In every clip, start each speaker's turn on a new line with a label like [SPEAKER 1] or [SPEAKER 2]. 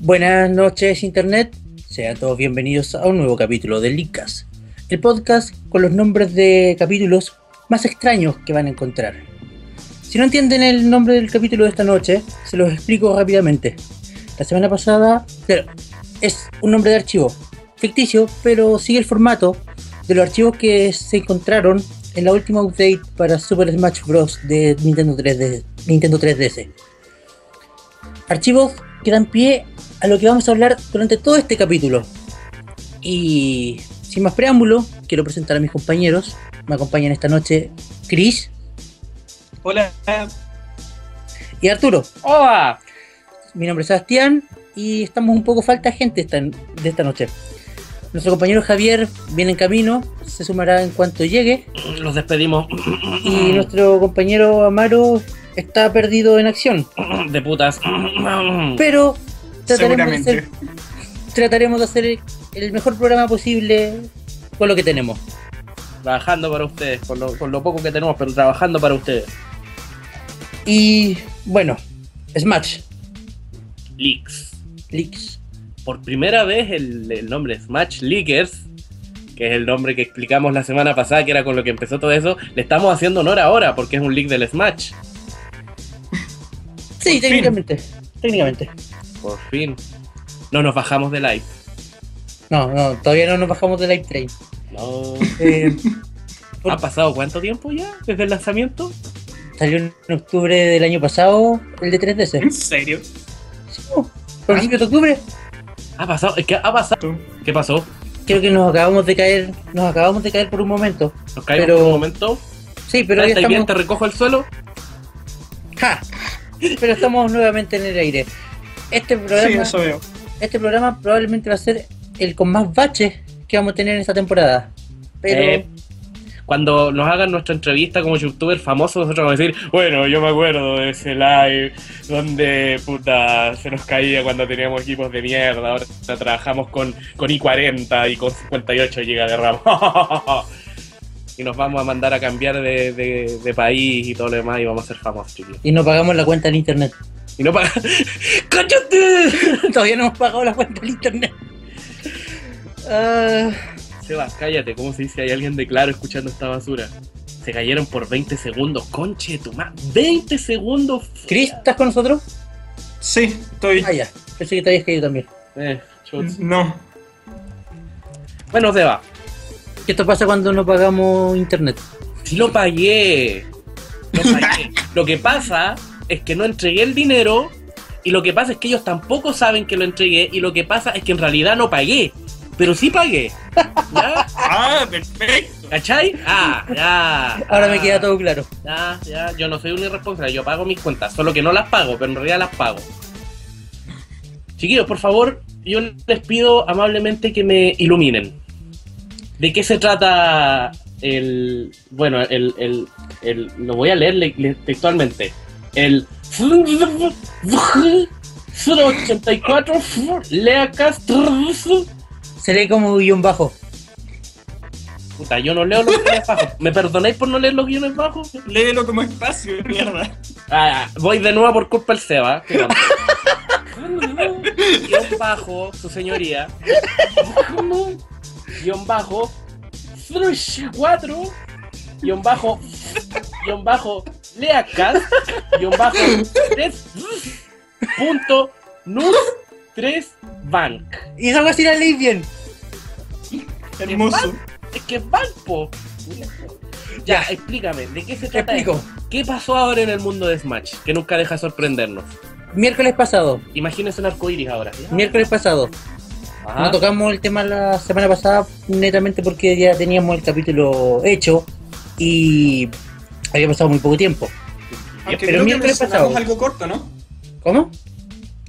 [SPEAKER 1] Buenas noches Internet, sean todos bienvenidos a un nuevo capítulo de Licas, el podcast con los nombres de capítulos más extraños que van a encontrar. Si no entienden el nombre del capítulo de esta noche, se los explico rápidamente. La semana pasada, claro, es un nombre de archivo, ficticio, pero sigue el formato de los archivos que se encontraron en la última update para Super Smash Bros. de Nintendo 3D, Nintendo 3DS. Archivos que dan pie a lo que vamos a hablar durante todo este capítulo. Y sin más preámbulo, quiero presentar a mis compañeros. Me acompañan esta noche Chris
[SPEAKER 2] Hola.
[SPEAKER 1] y Arturo.
[SPEAKER 2] ¡Hola!
[SPEAKER 1] Mi nombre es Sebastián y estamos un poco falta gente esta- de esta noche. Nuestro compañero Javier viene en camino, se sumará en cuanto llegue.
[SPEAKER 2] Los despedimos Mm.
[SPEAKER 1] Y nuestro compañero Amaro está perdido en acción.
[SPEAKER 2] de putas.
[SPEAKER 1] Pero trataremos de, hacer,
[SPEAKER 3] Seguramente.
[SPEAKER 1] trataremos de hacer el mejor programa posible con lo que tenemos.
[SPEAKER 2] Trabajando para ustedes, con lo, con lo poco que tenemos, pero trabajando para ustedes.
[SPEAKER 1] Y bueno, Smash,
[SPEAKER 2] Leaks.
[SPEAKER 1] Leaks.
[SPEAKER 2] Por primera vez el, el nombre Smash Leakers, que es el nombre que explicamos la semana pasada, que era con lo que empezó todo eso, le estamos haciendo honor ahora porque es un leak del Smash.
[SPEAKER 1] Sí, técnicamente. Técnicamente.
[SPEAKER 2] Por fin. No nos bajamos de live.
[SPEAKER 1] No, no, todavía no nos bajamos del live train.
[SPEAKER 2] No.
[SPEAKER 1] Eh,
[SPEAKER 2] ¿Ha pasado cuánto tiempo ya desde el lanzamiento?
[SPEAKER 1] salió en octubre del año pasado el de 3DS.
[SPEAKER 3] ¿En serio?
[SPEAKER 1] Sí, po. principio de octubre.
[SPEAKER 2] Ha pasado, es que ha pasado.
[SPEAKER 3] Tú.
[SPEAKER 2] ¿Qué pasó?
[SPEAKER 1] Creo que nos acabamos de caer, nos acabamos de caer por un momento.
[SPEAKER 2] Nos caemos
[SPEAKER 1] Pero-
[SPEAKER 2] por un momento.
[SPEAKER 1] Sí, pero
[SPEAKER 2] Pero
[SPEAKER 1] ya
[SPEAKER 2] bien,
[SPEAKER 1] estamos.
[SPEAKER 2] te recojo el suelo.
[SPEAKER 1] ¡Ja! Pero estamos nuevamente en el aire. Este
[SPEAKER 3] Sí,
[SPEAKER 1] programa,
[SPEAKER 3] eso veo.
[SPEAKER 1] este programa probablemente va a ser el con más baches que vamos a tener en esta temporada. Pero
[SPEAKER 2] Eh, cuando nos hagan nuestra entrevista como youtuber famoso, nosotros vamos a decir, bueno, yo me acuerdo de ese live donde puta se nos caía cuando teníamos equipos de mierda, ahora trabajamos con, con i40 y con 58 GB de RAM. y nos vamos a mandar a cambiar de, de- de país y todo lo demás y vamos a ser famosos, chiquillos.
[SPEAKER 1] y no pagamos la cuenta en internet.
[SPEAKER 2] Y no para... ¡Cállate!
[SPEAKER 1] Todavía no hemos pagado la cuenta en internet. Ah,
[SPEAKER 2] Seba, cállate, ¿cómo se dice? Hay alguien de claro escuchando esta basura. Se cayeron por 20 segundos, conche de tu madre. 20 segundos.
[SPEAKER 1] Chris, ¿estás con nosotros?
[SPEAKER 3] Sí, estoy.
[SPEAKER 1] Ah, ya. Pensé que te habías caído también.
[SPEAKER 2] Eh, chutz.
[SPEAKER 3] No.
[SPEAKER 2] bueno, Seba,
[SPEAKER 1] ¿Qué esto pasa cuando no pagamos internet?
[SPEAKER 2] si lo pagué. Lo pagué. lo que pasa es que no entregué el dinero. Y lo que pasa es que ellos tampoco saben que lo entregué. Y lo que pasa es que en realidad no pagué. Pero sí pagué. ¿Ya?
[SPEAKER 3] Ah, perfecto.
[SPEAKER 2] ¿Cachai? Ah, ya.
[SPEAKER 1] Ahora me
[SPEAKER 2] ah.
[SPEAKER 1] queda todo claro.
[SPEAKER 2] Ya, ya, yo no soy un irresponsable, yo pago mis cuentas, solo que no las pago, pero en realidad las pago. Chiquillos, por favor, yo les pido amablemente que me iluminen. ¿De qué se trata el. Bueno, el. el, el- lo voy a leer le- le- textualmente. El. 084 Leacas.
[SPEAKER 1] Se lee como guión bajo.
[SPEAKER 2] Puta, yo no leo los guiones bajos. ¿Me perdonáis por no leer los guiones bajos?
[SPEAKER 3] Léelo como espacio, mierda.
[SPEAKER 2] Ah, voy de nuevo por culpa del Seba. qué onda. Guión bajo, su señoría. Guión bajo. 4. Guión bajo. Guión bajo. Leacas. Guión bajo. 3. Punto. Nus. 3. Bank.
[SPEAKER 1] Y esa así la leí bien.
[SPEAKER 3] Hermoso.
[SPEAKER 2] Es que es bank, po. Ya, explícame, ¿de qué se
[SPEAKER 1] Te
[SPEAKER 2] trata?
[SPEAKER 1] explico.
[SPEAKER 2] esto? ¿Qué pasó ahora en el mundo de Smash? Que nunca deja sorprendernos.
[SPEAKER 1] Miércoles pasado.
[SPEAKER 3] Ah.
[SPEAKER 2] Imagínense un arcoiris ahora.
[SPEAKER 1] Miércoles pasado.
[SPEAKER 3] Ah.
[SPEAKER 2] Ajá.
[SPEAKER 1] No tocamos el tema la semana pasada netamente porque ya teníamos el capítulo hecho y había pasado muy poco tiempo. pero
[SPEAKER 3] Aunque creo que
[SPEAKER 1] miércoles
[SPEAKER 3] mencionamos
[SPEAKER 1] pasado.
[SPEAKER 3] algo corto, ¿no?
[SPEAKER 1] ¿Cómo?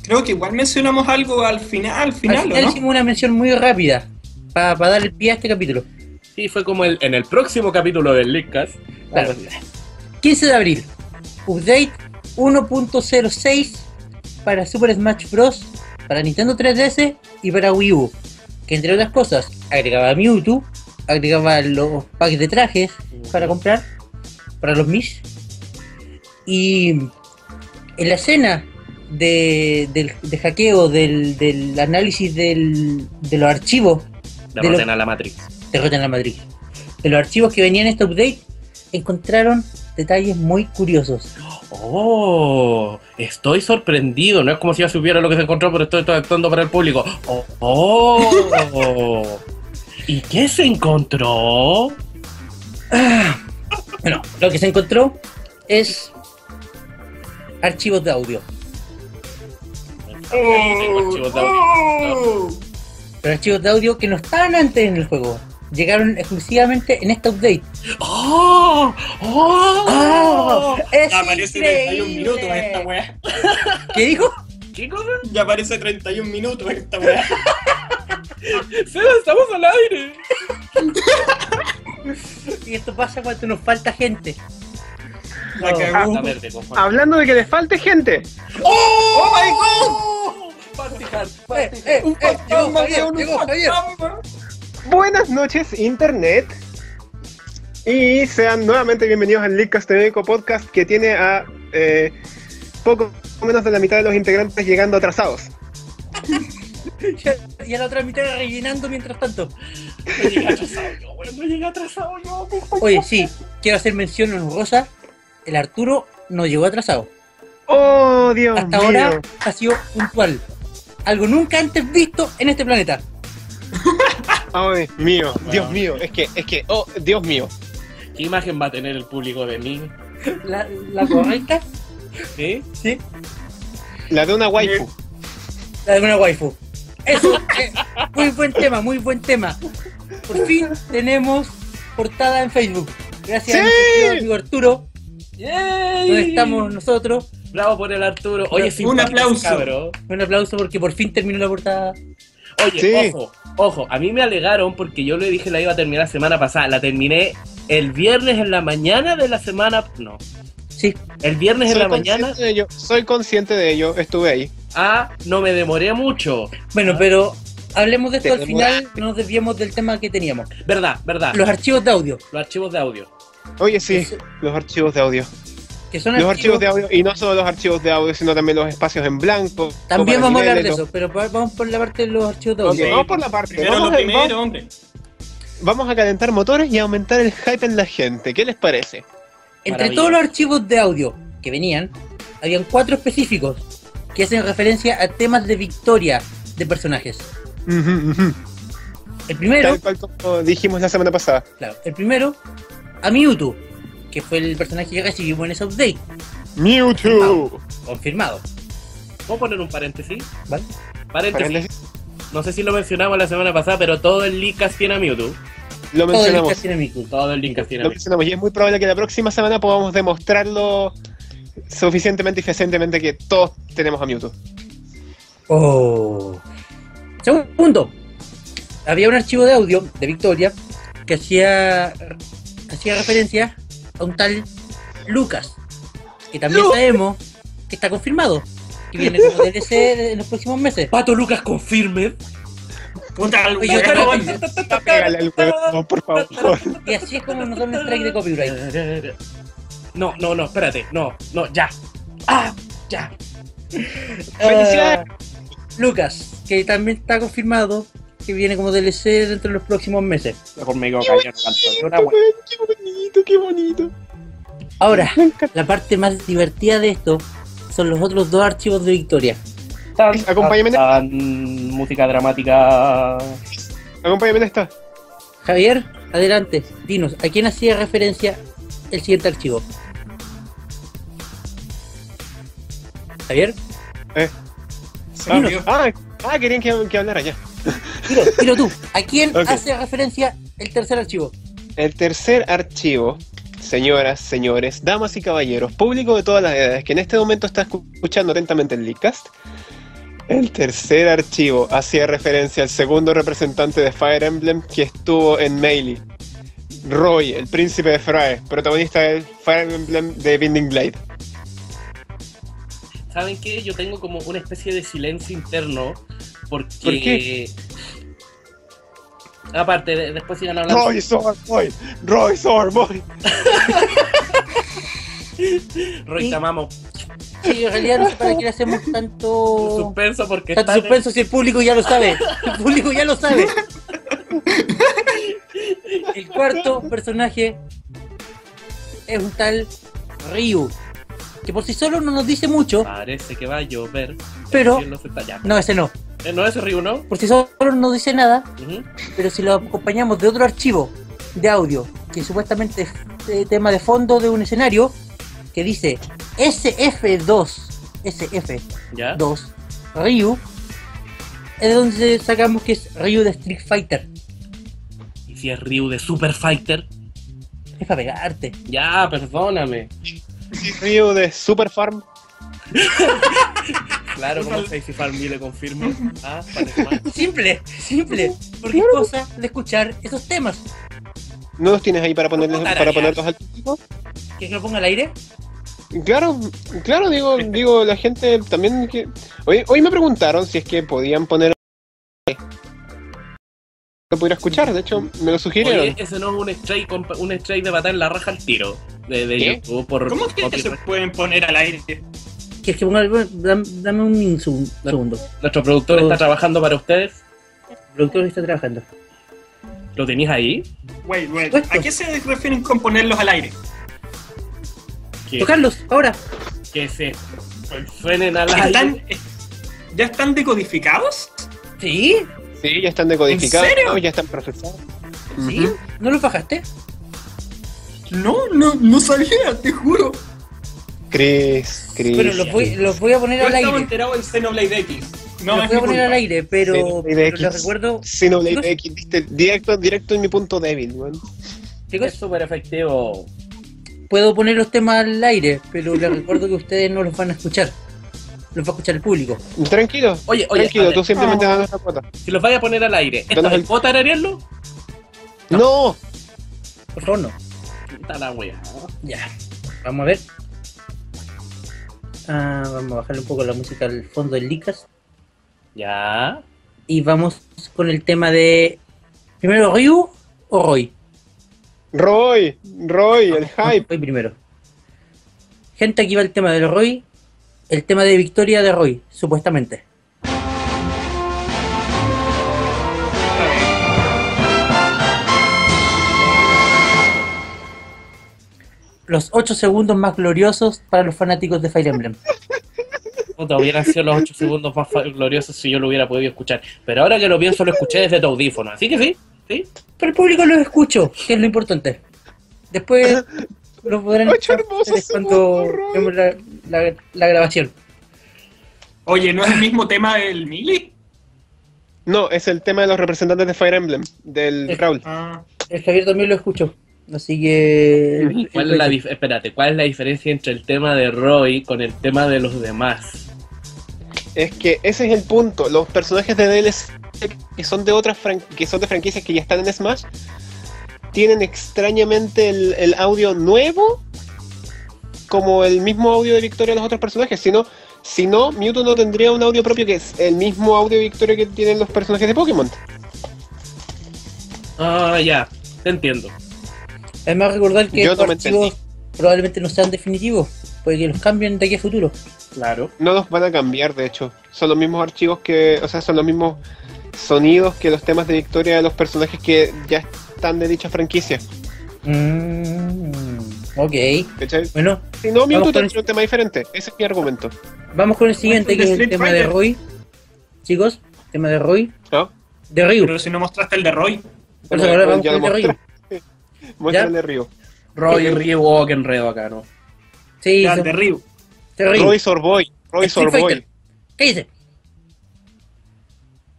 [SPEAKER 3] Creo que igual mencionamos algo al final, al final,
[SPEAKER 1] Al
[SPEAKER 3] ¿o
[SPEAKER 1] final
[SPEAKER 3] no?
[SPEAKER 1] hicimos una mención muy rápida para dar el pie a este capítulo.
[SPEAKER 2] Sí, fue como el, en el próximo capítulo del Leakcast.
[SPEAKER 1] Claro. 15 de abril, update 1.06 para Super Smash Bros. para Nintendo 3DS y para Wii U, que entre otras cosas agregaba Mewtwo, agregaba los packs de trajes para comprar, para los Mish. Y en la escena de, del, de hackeo, del, del análisis del, de los archivos
[SPEAKER 2] Derroten a la Matrix.
[SPEAKER 1] Derrota en la Madrid. De los archivos que venían en este update, encontraron detalles muy curiosos.
[SPEAKER 2] ¡Oh! Estoy sorprendido. No es como si yo supiera lo que se encontró, pero estoy tratando para el público. ¡Oh! oh. ¿Y qué se encontró?
[SPEAKER 1] Bueno, lo que se encontró es archivos de audio.
[SPEAKER 3] Oh.
[SPEAKER 2] Archivos de audio.
[SPEAKER 1] Pero archivos de audio que no estaban antes en el juego. Llegaron exclusivamente en este update.
[SPEAKER 2] ¡Oh! ¡Oh!
[SPEAKER 1] ¡Oh! ¡Es
[SPEAKER 3] Aparece 31 minutos
[SPEAKER 1] increíble!
[SPEAKER 3] esta weá.
[SPEAKER 1] ¿Qué dijo?
[SPEAKER 2] ¿Qué cosa?
[SPEAKER 3] Ya aparece 31 minutos esta weá.
[SPEAKER 2] Seba, estamos al aire.
[SPEAKER 1] Y esto pasa cuando nos falta gente. Oh.
[SPEAKER 3] La
[SPEAKER 1] Uh.
[SPEAKER 3] cagó.
[SPEAKER 2] A ver, te
[SPEAKER 1] Ah,
[SPEAKER 2] confundo.
[SPEAKER 4] Hablando de que les falte gente.
[SPEAKER 3] ¡Oh my god!
[SPEAKER 2] Party hard,
[SPEAKER 1] Eh,
[SPEAKER 2] party
[SPEAKER 1] eh,
[SPEAKER 3] Un
[SPEAKER 1] eh, llegó
[SPEAKER 3] fantasma,
[SPEAKER 1] Javier,
[SPEAKER 3] weón, un
[SPEAKER 1] llegó Javier.
[SPEAKER 3] fantasma.
[SPEAKER 4] Buenas noches, Internet. Y sean nuevamente bienvenidos al Leadcast TV Podcast que tiene a eh, poco menos de la mitad de los integrantes llegando atrasados.
[SPEAKER 1] Y a la otra mitad rellenando mientras tanto.
[SPEAKER 2] hard. No llegué atrasado yo, weón, no llegué atrasado yo. por favor.
[SPEAKER 1] Oye, sí, quiero hacer mención honrosa. El Arturo no llegó atrasado.
[SPEAKER 4] ¡Oh, Dios
[SPEAKER 1] Hasta
[SPEAKER 4] mío!
[SPEAKER 1] ahora ha sido puntual. Algo nunca antes visto en este planeta.
[SPEAKER 4] ¡Ay, mío!
[SPEAKER 2] Bueno.
[SPEAKER 4] ¡Dios mío! Es que, es que, ¡oh, Dios mío!
[SPEAKER 2] ¿Qué imagen va a tener el público de mí?
[SPEAKER 1] La, la correcta,
[SPEAKER 2] ¿Sí?
[SPEAKER 1] sí,
[SPEAKER 4] La de una waifu.
[SPEAKER 1] la de una waifu. Eso, eh, muy buen tema, muy buen tema. Por fin tenemos portada en Facebook. Gracias a
[SPEAKER 4] ¡Sí!
[SPEAKER 1] nuestro querido amigo Arturo, donde
[SPEAKER 2] ¡Yay!
[SPEAKER 1] estamos nosotros.
[SPEAKER 2] Bravo por el Arturo. Oye,
[SPEAKER 1] Un
[SPEAKER 2] sí, papi,
[SPEAKER 3] aplauso.
[SPEAKER 2] cabro.
[SPEAKER 1] Un aplauso porque por fin terminó la portada.
[SPEAKER 2] Oye,
[SPEAKER 4] Sí.
[SPEAKER 2] ojo, ojo. A mí me alegaron porque yo le dije la iba a terminar la semana pasada. La terminé el viernes en la mañana de la semana. No.
[SPEAKER 1] Sí,
[SPEAKER 2] El viernes en la
[SPEAKER 4] consciente
[SPEAKER 2] mañana.
[SPEAKER 4] de ello, soy consciente de ello, estuve ahí.
[SPEAKER 2] Ah, no me demoré mucho.
[SPEAKER 1] bueno,
[SPEAKER 4] Ah.
[SPEAKER 1] pero hablemos de esto
[SPEAKER 4] Te
[SPEAKER 1] al final, no nos desviemos del tema que teníamos.
[SPEAKER 2] Verdad,
[SPEAKER 4] Ah.
[SPEAKER 2] verdad.
[SPEAKER 1] Los archivos de audio,
[SPEAKER 2] Los archivos de audio.
[SPEAKER 4] Oye, sí,
[SPEAKER 1] Eso-
[SPEAKER 4] los archivos de audio.
[SPEAKER 1] que son
[SPEAKER 4] Los archivos de audio, y no solo los archivos de audio, sino también los espacios en blanco.
[SPEAKER 1] También
[SPEAKER 4] como
[SPEAKER 1] vamos a hablar de
[SPEAKER 4] niveles,
[SPEAKER 1] eso, pero pa- vamos por la parte de los archivos de
[SPEAKER 4] los-
[SPEAKER 1] audio.
[SPEAKER 4] Ok, Vamos por la parte.
[SPEAKER 3] Primero
[SPEAKER 4] vamos,
[SPEAKER 3] lo
[SPEAKER 4] a,
[SPEAKER 3] primero, hombre.
[SPEAKER 4] vamos- vamos a calentar motores y aumentar el hype en la gente. ¿Qué les parece?
[SPEAKER 1] Entre
[SPEAKER 2] Maravilla.
[SPEAKER 1] todos los archivos de audio que venían, habían cuatro específicos que hacen referencia a temas de victoria de personajes.
[SPEAKER 4] Ujú, ujú.
[SPEAKER 1] El primero,
[SPEAKER 4] Tal cual como dijimos la semana pasada.
[SPEAKER 1] claro, el primero, a Mewtwo, que fue el personaje que recibimos en ese update,
[SPEAKER 4] Mewtwo.
[SPEAKER 1] confirmado.
[SPEAKER 2] ¿Puedo poner un paréntesis?
[SPEAKER 1] Vale.
[SPEAKER 2] Paréntesis.
[SPEAKER 4] Paréntesis,
[SPEAKER 2] No sé si lo mencionamos la semana pasada, pero todo el Licas tiene a Mewtwo.
[SPEAKER 4] Lo
[SPEAKER 1] Todo el
[SPEAKER 4] mencionamos.
[SPEAKER 1] cast tiene Mewtwo.
[SPEAKER 2] Todo el Licas tiene a
[SPEAKER 4] Lo
[SPEAKER 2] Mewtwo.
[SPEAKER 4] mencionamos. Y es muy probable que la próxima semana podamos demostrarlo suficientemente y fehacientemente que todos tenemos a Mewtwo.
[SPEAKER 1] Oh. Segundo, había un archivo de audio de Victoria que hacía, hacía referencia a un tal Lucas, que también sabemos que está confirmado, que viene como DLC en los próximos meses.
[SPEAKER 2] Pato Lucas confirme.
[SPEAKER 3] Puta,
[SPEAKER 1] Oye, yo creo
[SPEAKER 3] weón.
[SPEAKER 1] que-
[SPEAKER 4] Pégale al huevo, por favor.
[SPEAKER 1] Y así es como nos dan un strike de copyright.
[SPEAKER 2] No, no, no, espérate. No, no, ya. Ah, ya.
[SPEAKER 4] ¡Felicidades!
[SPEAKER 1] Ah, Lucas, que también está confirmado, que viene como DLC dentro de los próximos meses.
[SPEAKER 2] Conmigo
[SPEAKER 4] ¡Qué bonito, qué bonito!
[SPEAKER 1] Ahora,
[SPEAKER 4] Me encanta.
[SPEAKER 1] la parte más divertida de esto son los otros dos archivos de Victoria.
[SPEAKER 4] Acompáñame.
[SPEAKER 2] Música dramática.
[SPEAKER 4] Acompáñame en esta.
[SPEAKER 1] Javier, adelante, dinos, ¿a quién hacía referencia el siguiente archivo? Javier,
[SPEAKER 4] Ah, ah, ah, querían que, que hablara ya.
[SPEAKER 1] dilo, dilo tú, ¿a quién
[SPEAKER 4] Ok.
[SPEAKER 1] hace referencia el tercer archivo?
[SPEAKER 4] El tercer archivo, señoras, señores, damas y caballeros, público de todas las edades que en este momento está escu- escuchando atentamente el Leadcast. El tercer archivo hacía referencia al segundo representante de Fire Emblem que estuvo en Melee. Roy, el príncipe de Frae, protagonista del Fire Emblem de Binding Blade.
[SPEAKER 2] ¿Saben qué? Yo tengo como una especie de silencio interno. Porque.
[SPEAKER 4] ¿Por qué?
[SPEAKER 2] Aparte, de- después sigan hablando.
[SPEAKER 4] Roy Sorboy, Roy Sorboy.
[SPEAKER 2] Roy, te amamos.
[SPEAKER 1] Sí, en realidad no sé para qué le hacemos tanto,
[SPEAKER 2] Suspenso porque
[SPEAKER 1] tanto
[SPEAKER 2] están en-
[SPEAKER 1] Oh. suspenso si el público ya lo sabe. El público ya lo sabe. El cuarto personaje es un tal Ryu, que por sí solo no nos dice mucho.
[SPEAKER 2] Parece que va a llover.
[SPEAKER 1] Pero-
[SPEAKER 2] Sí, No, se está- ya.
[SPEAKER 1] No, ese no.
[SPEAKER 2] Eh, no es Ryu, ¿no?
[SPEAKER 1] Por sí solo no nos dice nada,
[SPEAKER 2] Ujú.
[SPEAKER 1] pero si lo acompañamos de otro archivo de audio, que supuestamente es eh, tema de fondo de un escenario, que dice SF2, SF2,
[SPEAKER 2] Ya.
[SPEAKER 1] Ryu, es donde sacamos que es Ryu de Street Fighter.
[SPEAKER 2] Y si es Ryu de Super Fighter.
[SPEAKER 1] Es para pegarte.
[SPEAKER 2] Ya, perdóname.
[SPEAKER 4] Ryu de Super Farm.
[SPEAKER 2] Claro, como Stacy Farm le confirmo. Ah, parece mal.
[SPEAKER 1] Simple, simple. Porque es cosa de escuchar esos temas.
[SPEAKER 4] ¿No los tienes ahí para ponerlos, para ponerlos al
[SPEAKER 1] Que lo ponga al aire.
[SPEAKER 4] Claro, claro, digo, digo, la gente también que. Hoy, hoy me preguntaron si es que podían poner lo pudiera escuchar, de hecho, me lo sugirieron.
[SPEAKER 2] Oye, ese no es un strike, compa- un strike de matar en la raja al tiro. De, de
[SPEAKER 4] ¿Qué?
[SPEAKER 2] YouTube por
[SPEAKER 3] ¿Cómo que se
[SPEAKER 2] copyright.
[SPEAKER 3] pueden poner al aire?
[SPEAKER 1] Que es que ponga. Dame, dame un insu- un segundo.
[SPEAKER 2] Nuestro productor está trabajando para ustedes.
[SPEAKER 1] El productor está trabajando.
[SPEAKER 2] ¿Lo tenéis ahí?
[SPEAKER 3] Wait, wait.
[SPEAKER 1] Supuesto.
[SPEAKER 3] ¿A qué se refieren con ponerlos al aire?
[SPEAKER 2] Que,
[SPEAKER 1] Tocarlos, ahora.
[SPEAKER 2] que se suenen al aire.
[SPEAKER 3] ¿Están, eh, ¿Ya están decodificados?
[SPEAKER 1] Sí,
[SPEAKER 4] Sí, ya están decodificados,
[SPEAKER 3] ¿En serio?
[SPEAKER 4] ya están procesados.
[SPEAKER 1] sí.
[SPEAKER 4] Ujú.
[SPEAKER 1] ¿No los bajaste?
[SPEAKER 3] No, no, no sabía, te juro.
[SPEAKER 4] Chris, Chris.
[SPEAKER 1] Bueno, los voy, los voy a poner
[SPEAKER 3] Yo
[SPEAKER 1] al
[SPEAKER 3] estaba
[SPEAKER 1] aire.
[SPEAKER 3] enterado en Xenoblade X. No,
[SPEAKER 1] los
[SPEAKER 3] es
[SPEAKER 1] voy
[SPEAKER 3] mi
[SPEAKER 1] a poner
[SPEAKER 3] culpa.
[SPEAKER 1] al aire,
[SPEAKER 4] Sí,
[SPEAKER 1] pero,
[SPEAKER 4] no hay de
[SPEAKER 1] pero los
[SPEAKER 4] X.
[SPEAKER 1] recuerdo.
[SPEAKER 4] Sí, no,
[SPEAKER 1] No-
[SPEAKER 4] Blade X, viste, directo, directo en mi punto débil, weón.
[SPEAKER 2] Es
[SPEAKER 1] Chicos,
[SPEAKER 2] súper efectivo.
[SPEAKER 1] puedo poner los temas al aire, pero les recuerdo que ustedes no los van a escuchar. Los va a escuchar el público.
[SPEAKER 4] Tranquilo,
[SPEAKER 2] Oye, oye, a
[SPEAKER 4] tranquilo,
[SPEAKER 2] ver,
[SPEAKER 4] tú simplemente danos la cuota.
[SPEAKER 2] si los vaya a poner al aire, ¿esta
[SPEAKER 4] Danos
[SPEAKER 2] vez
[SPEAKER 4] el-
[SPEAKER 2] puedo tararearlo?
[SPEAKER 4] No,
[SPEAKER 1] Por favor, no.
[SPEAKER 2] Está la wea.
[SPEAKER 1] Ya. Vamos a ver. Ah, vamos a bajarle un poco la música al fondo del Licas.
[SPEAKER 2] Ya.
[SPEAKER 1] Y vamos con el tema de. Primero Ryu o Roy.
[SPEAKER 4] Roy, Roy, el hype.
[SPEAKER 1] Roy primero. Gente, aquí va el tema del Roy. El tema de victoria de Roy, supuestamente. Los 8 segundos más gloriosos para los fanáticos de Fire Emblem.
[SPEAKER 2] Puta, hubieran sido los 8 segundos más fa- gloriosos si yo lo hubiera podido escuchar. Pero ahora que lo pienso, lo escuché desde tu audífono. Así que sí, sí.
[SPEAKER 1] Pero el público los escucho, que es lo importante. Después los podrán
[SPEAKER 4] Ocho
[SPEAKER 1] escuchar
[SPEAKER 4] hermosos
[SPEAKER 1] ustedes cuando
[SPEAKER 4] segundos, Roy.
[SPEAKER 1] vemos la, la- la grabación.
[SPEAKER 3] Oye, ¿no es el mismo tema del Mili?
[SPEAKER 4] No, es el tema de los representantes de Fire Emblem, del Raúl.
[SPEAKER 3] Ah,
[SPEAKER 1] El Javier también lo escuchó. Así que.
[SPEAKER 2] ¿Cuál es la dif- espérate, ¿cuál es la diferencia entre el tema de Roy con el tema de los demás?
[SPEAKER 4] Es que ese es el punto. Los personajes de DLC que son de otras fran- que son de franquicias que ya están en Smash tienen extrañamente el, el audio nuevo como el mismo audio de victoria de los otros personajes. Si no, si no, Mewtwo no tendría un audio propio que es el mismo audio de victoria que tienen los personajes de Pokémon.
[SPEAKER 2] Ah, ya, te entiendo.
[SPEAKER 1] Además, recordar que
[SPEAKER 4] Yo
[SPEAKER 1] estos
[SPEAKER 4] no me
[SPEAKER 1] archivos probablemente no sean definitivos, porque los cambian de aquí a futuro.
[SPEAKER 2] Claro.
[SPEAKER 4] No los van a cambiar, de hecho. Son los mismos archivos que, o sea, son los mismos sonidos que los temas de victoria de los personajes que ya están de dicha franquicia.
[SPEAKER 1] Mm, ok.
[SPEAKER 4] ¿Cachai?
[SPEAKER 1] Bueno,
[SPEAKER 4] Si no,
[SPEAKER 1] Vamos
[SPEAKER 4] Mewtwo
[SPEAKER 1] con
[SPEAKER 4] tendría un tema diferente. Ese es mi argumento.
[SPEAKER 1] vamos con el siguiente, que es el
[SPEAKER 3] Street
[SPEAKER 1] tema de
[SPEAKER 3] Fighter.
[SPEAKER 1] Roy. Chicos, tema de Roy.
[SPEAKER 4] ¿No?
[SPEAKER 1] De Ryu.
[SPEAKER 3] pero si no mostraste el de Roy.
[SPEAKER 1] Por eso ahora vamos
[SPEAKER 4] ya
[SPEAKER 1] con el
[SPEAKER 4] lo
[SPEAKER 1] de Ryu.
[SPEAKER 4] mostré. Muéstrale el Ryu.
[SPEAKER 2] Roy, Ryu, oh, qué enredo acá, ¿no?
[SPEAKER 1] Sí,
[SPEAKER 3] Ya, el
[SPEAKER 1] son-
[SPEAKER 3] de Ryu.
[SPEAKER 1] de Ryu.
[SPEAKER 4] Roy Sorboy. Roy
[SPEAKER 1] Street
[SPEAKER 4] Sorboy.
[SPEAKER 1] Fighter. ¿Qué dice?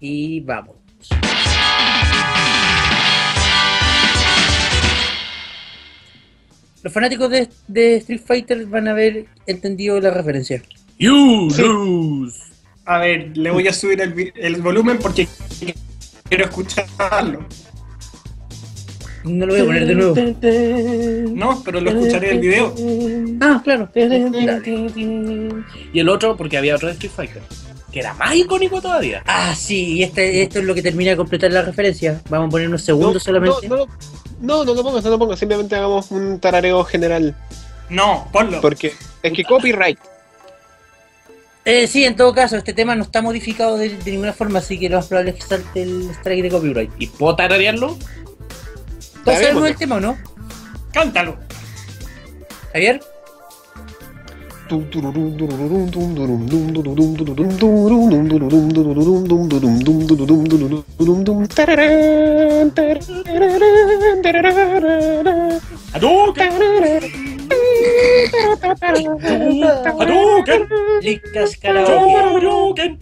[SPEAKER 1] Y vamos. Los fanáticos de, de Street Fighter van a haber entendido la referencia.
[SPEAKER 2] You lose.
[SPEAKER 3] A ver, le voy a subir el, vi- el volumen porque quiero escucharlo.
[SPEAKER 1] No lo voy a poner de nuevo.
[SPEAKER 3] No, pero lo escucharé en el video.
[SPEAKER 1] Ah, claro. Dale.
[SPEAKER 2] Y el otro, porque había otro de Street Fighter, que era más icónico todavía.
[SPEAKER 1] Ah, sí, y este, esto es lo que termina de completar la referencia. Vamos a poner unos segundos solamente.
[SPEAKER 4] No, no, lo- no, no lo pongas, no lo pongas. Simplemente hagamos un tarareo general.
[SPEAKER 3] No, ponlo.
[SPEAKER 4] Porque es que copyright.
[SPEAKER 1] Eh, sí, en todo caso, este tema no está modificado de, de ninguna forma, así que lo más probable es que salte el strike de copyright.
[SPEAKER 2] ¿Y puedo tararearlo?
[SPEAKER 1] ¿Todos
[SPEAKER 4] bien,
[SPEAKER 1] sabemos
[SPEAKER 4] porque-
[SPEAKER 1] el tema o no?
[SPEAKER 3] Cántalo.
[SPEAKER 1] Javier,
[SPEAKER 2] ¡Hadouken! ¡Hadouken!
[SPEAKER 1] Licas Karaoke.
[SPEAKER 2] ¡Hadouken!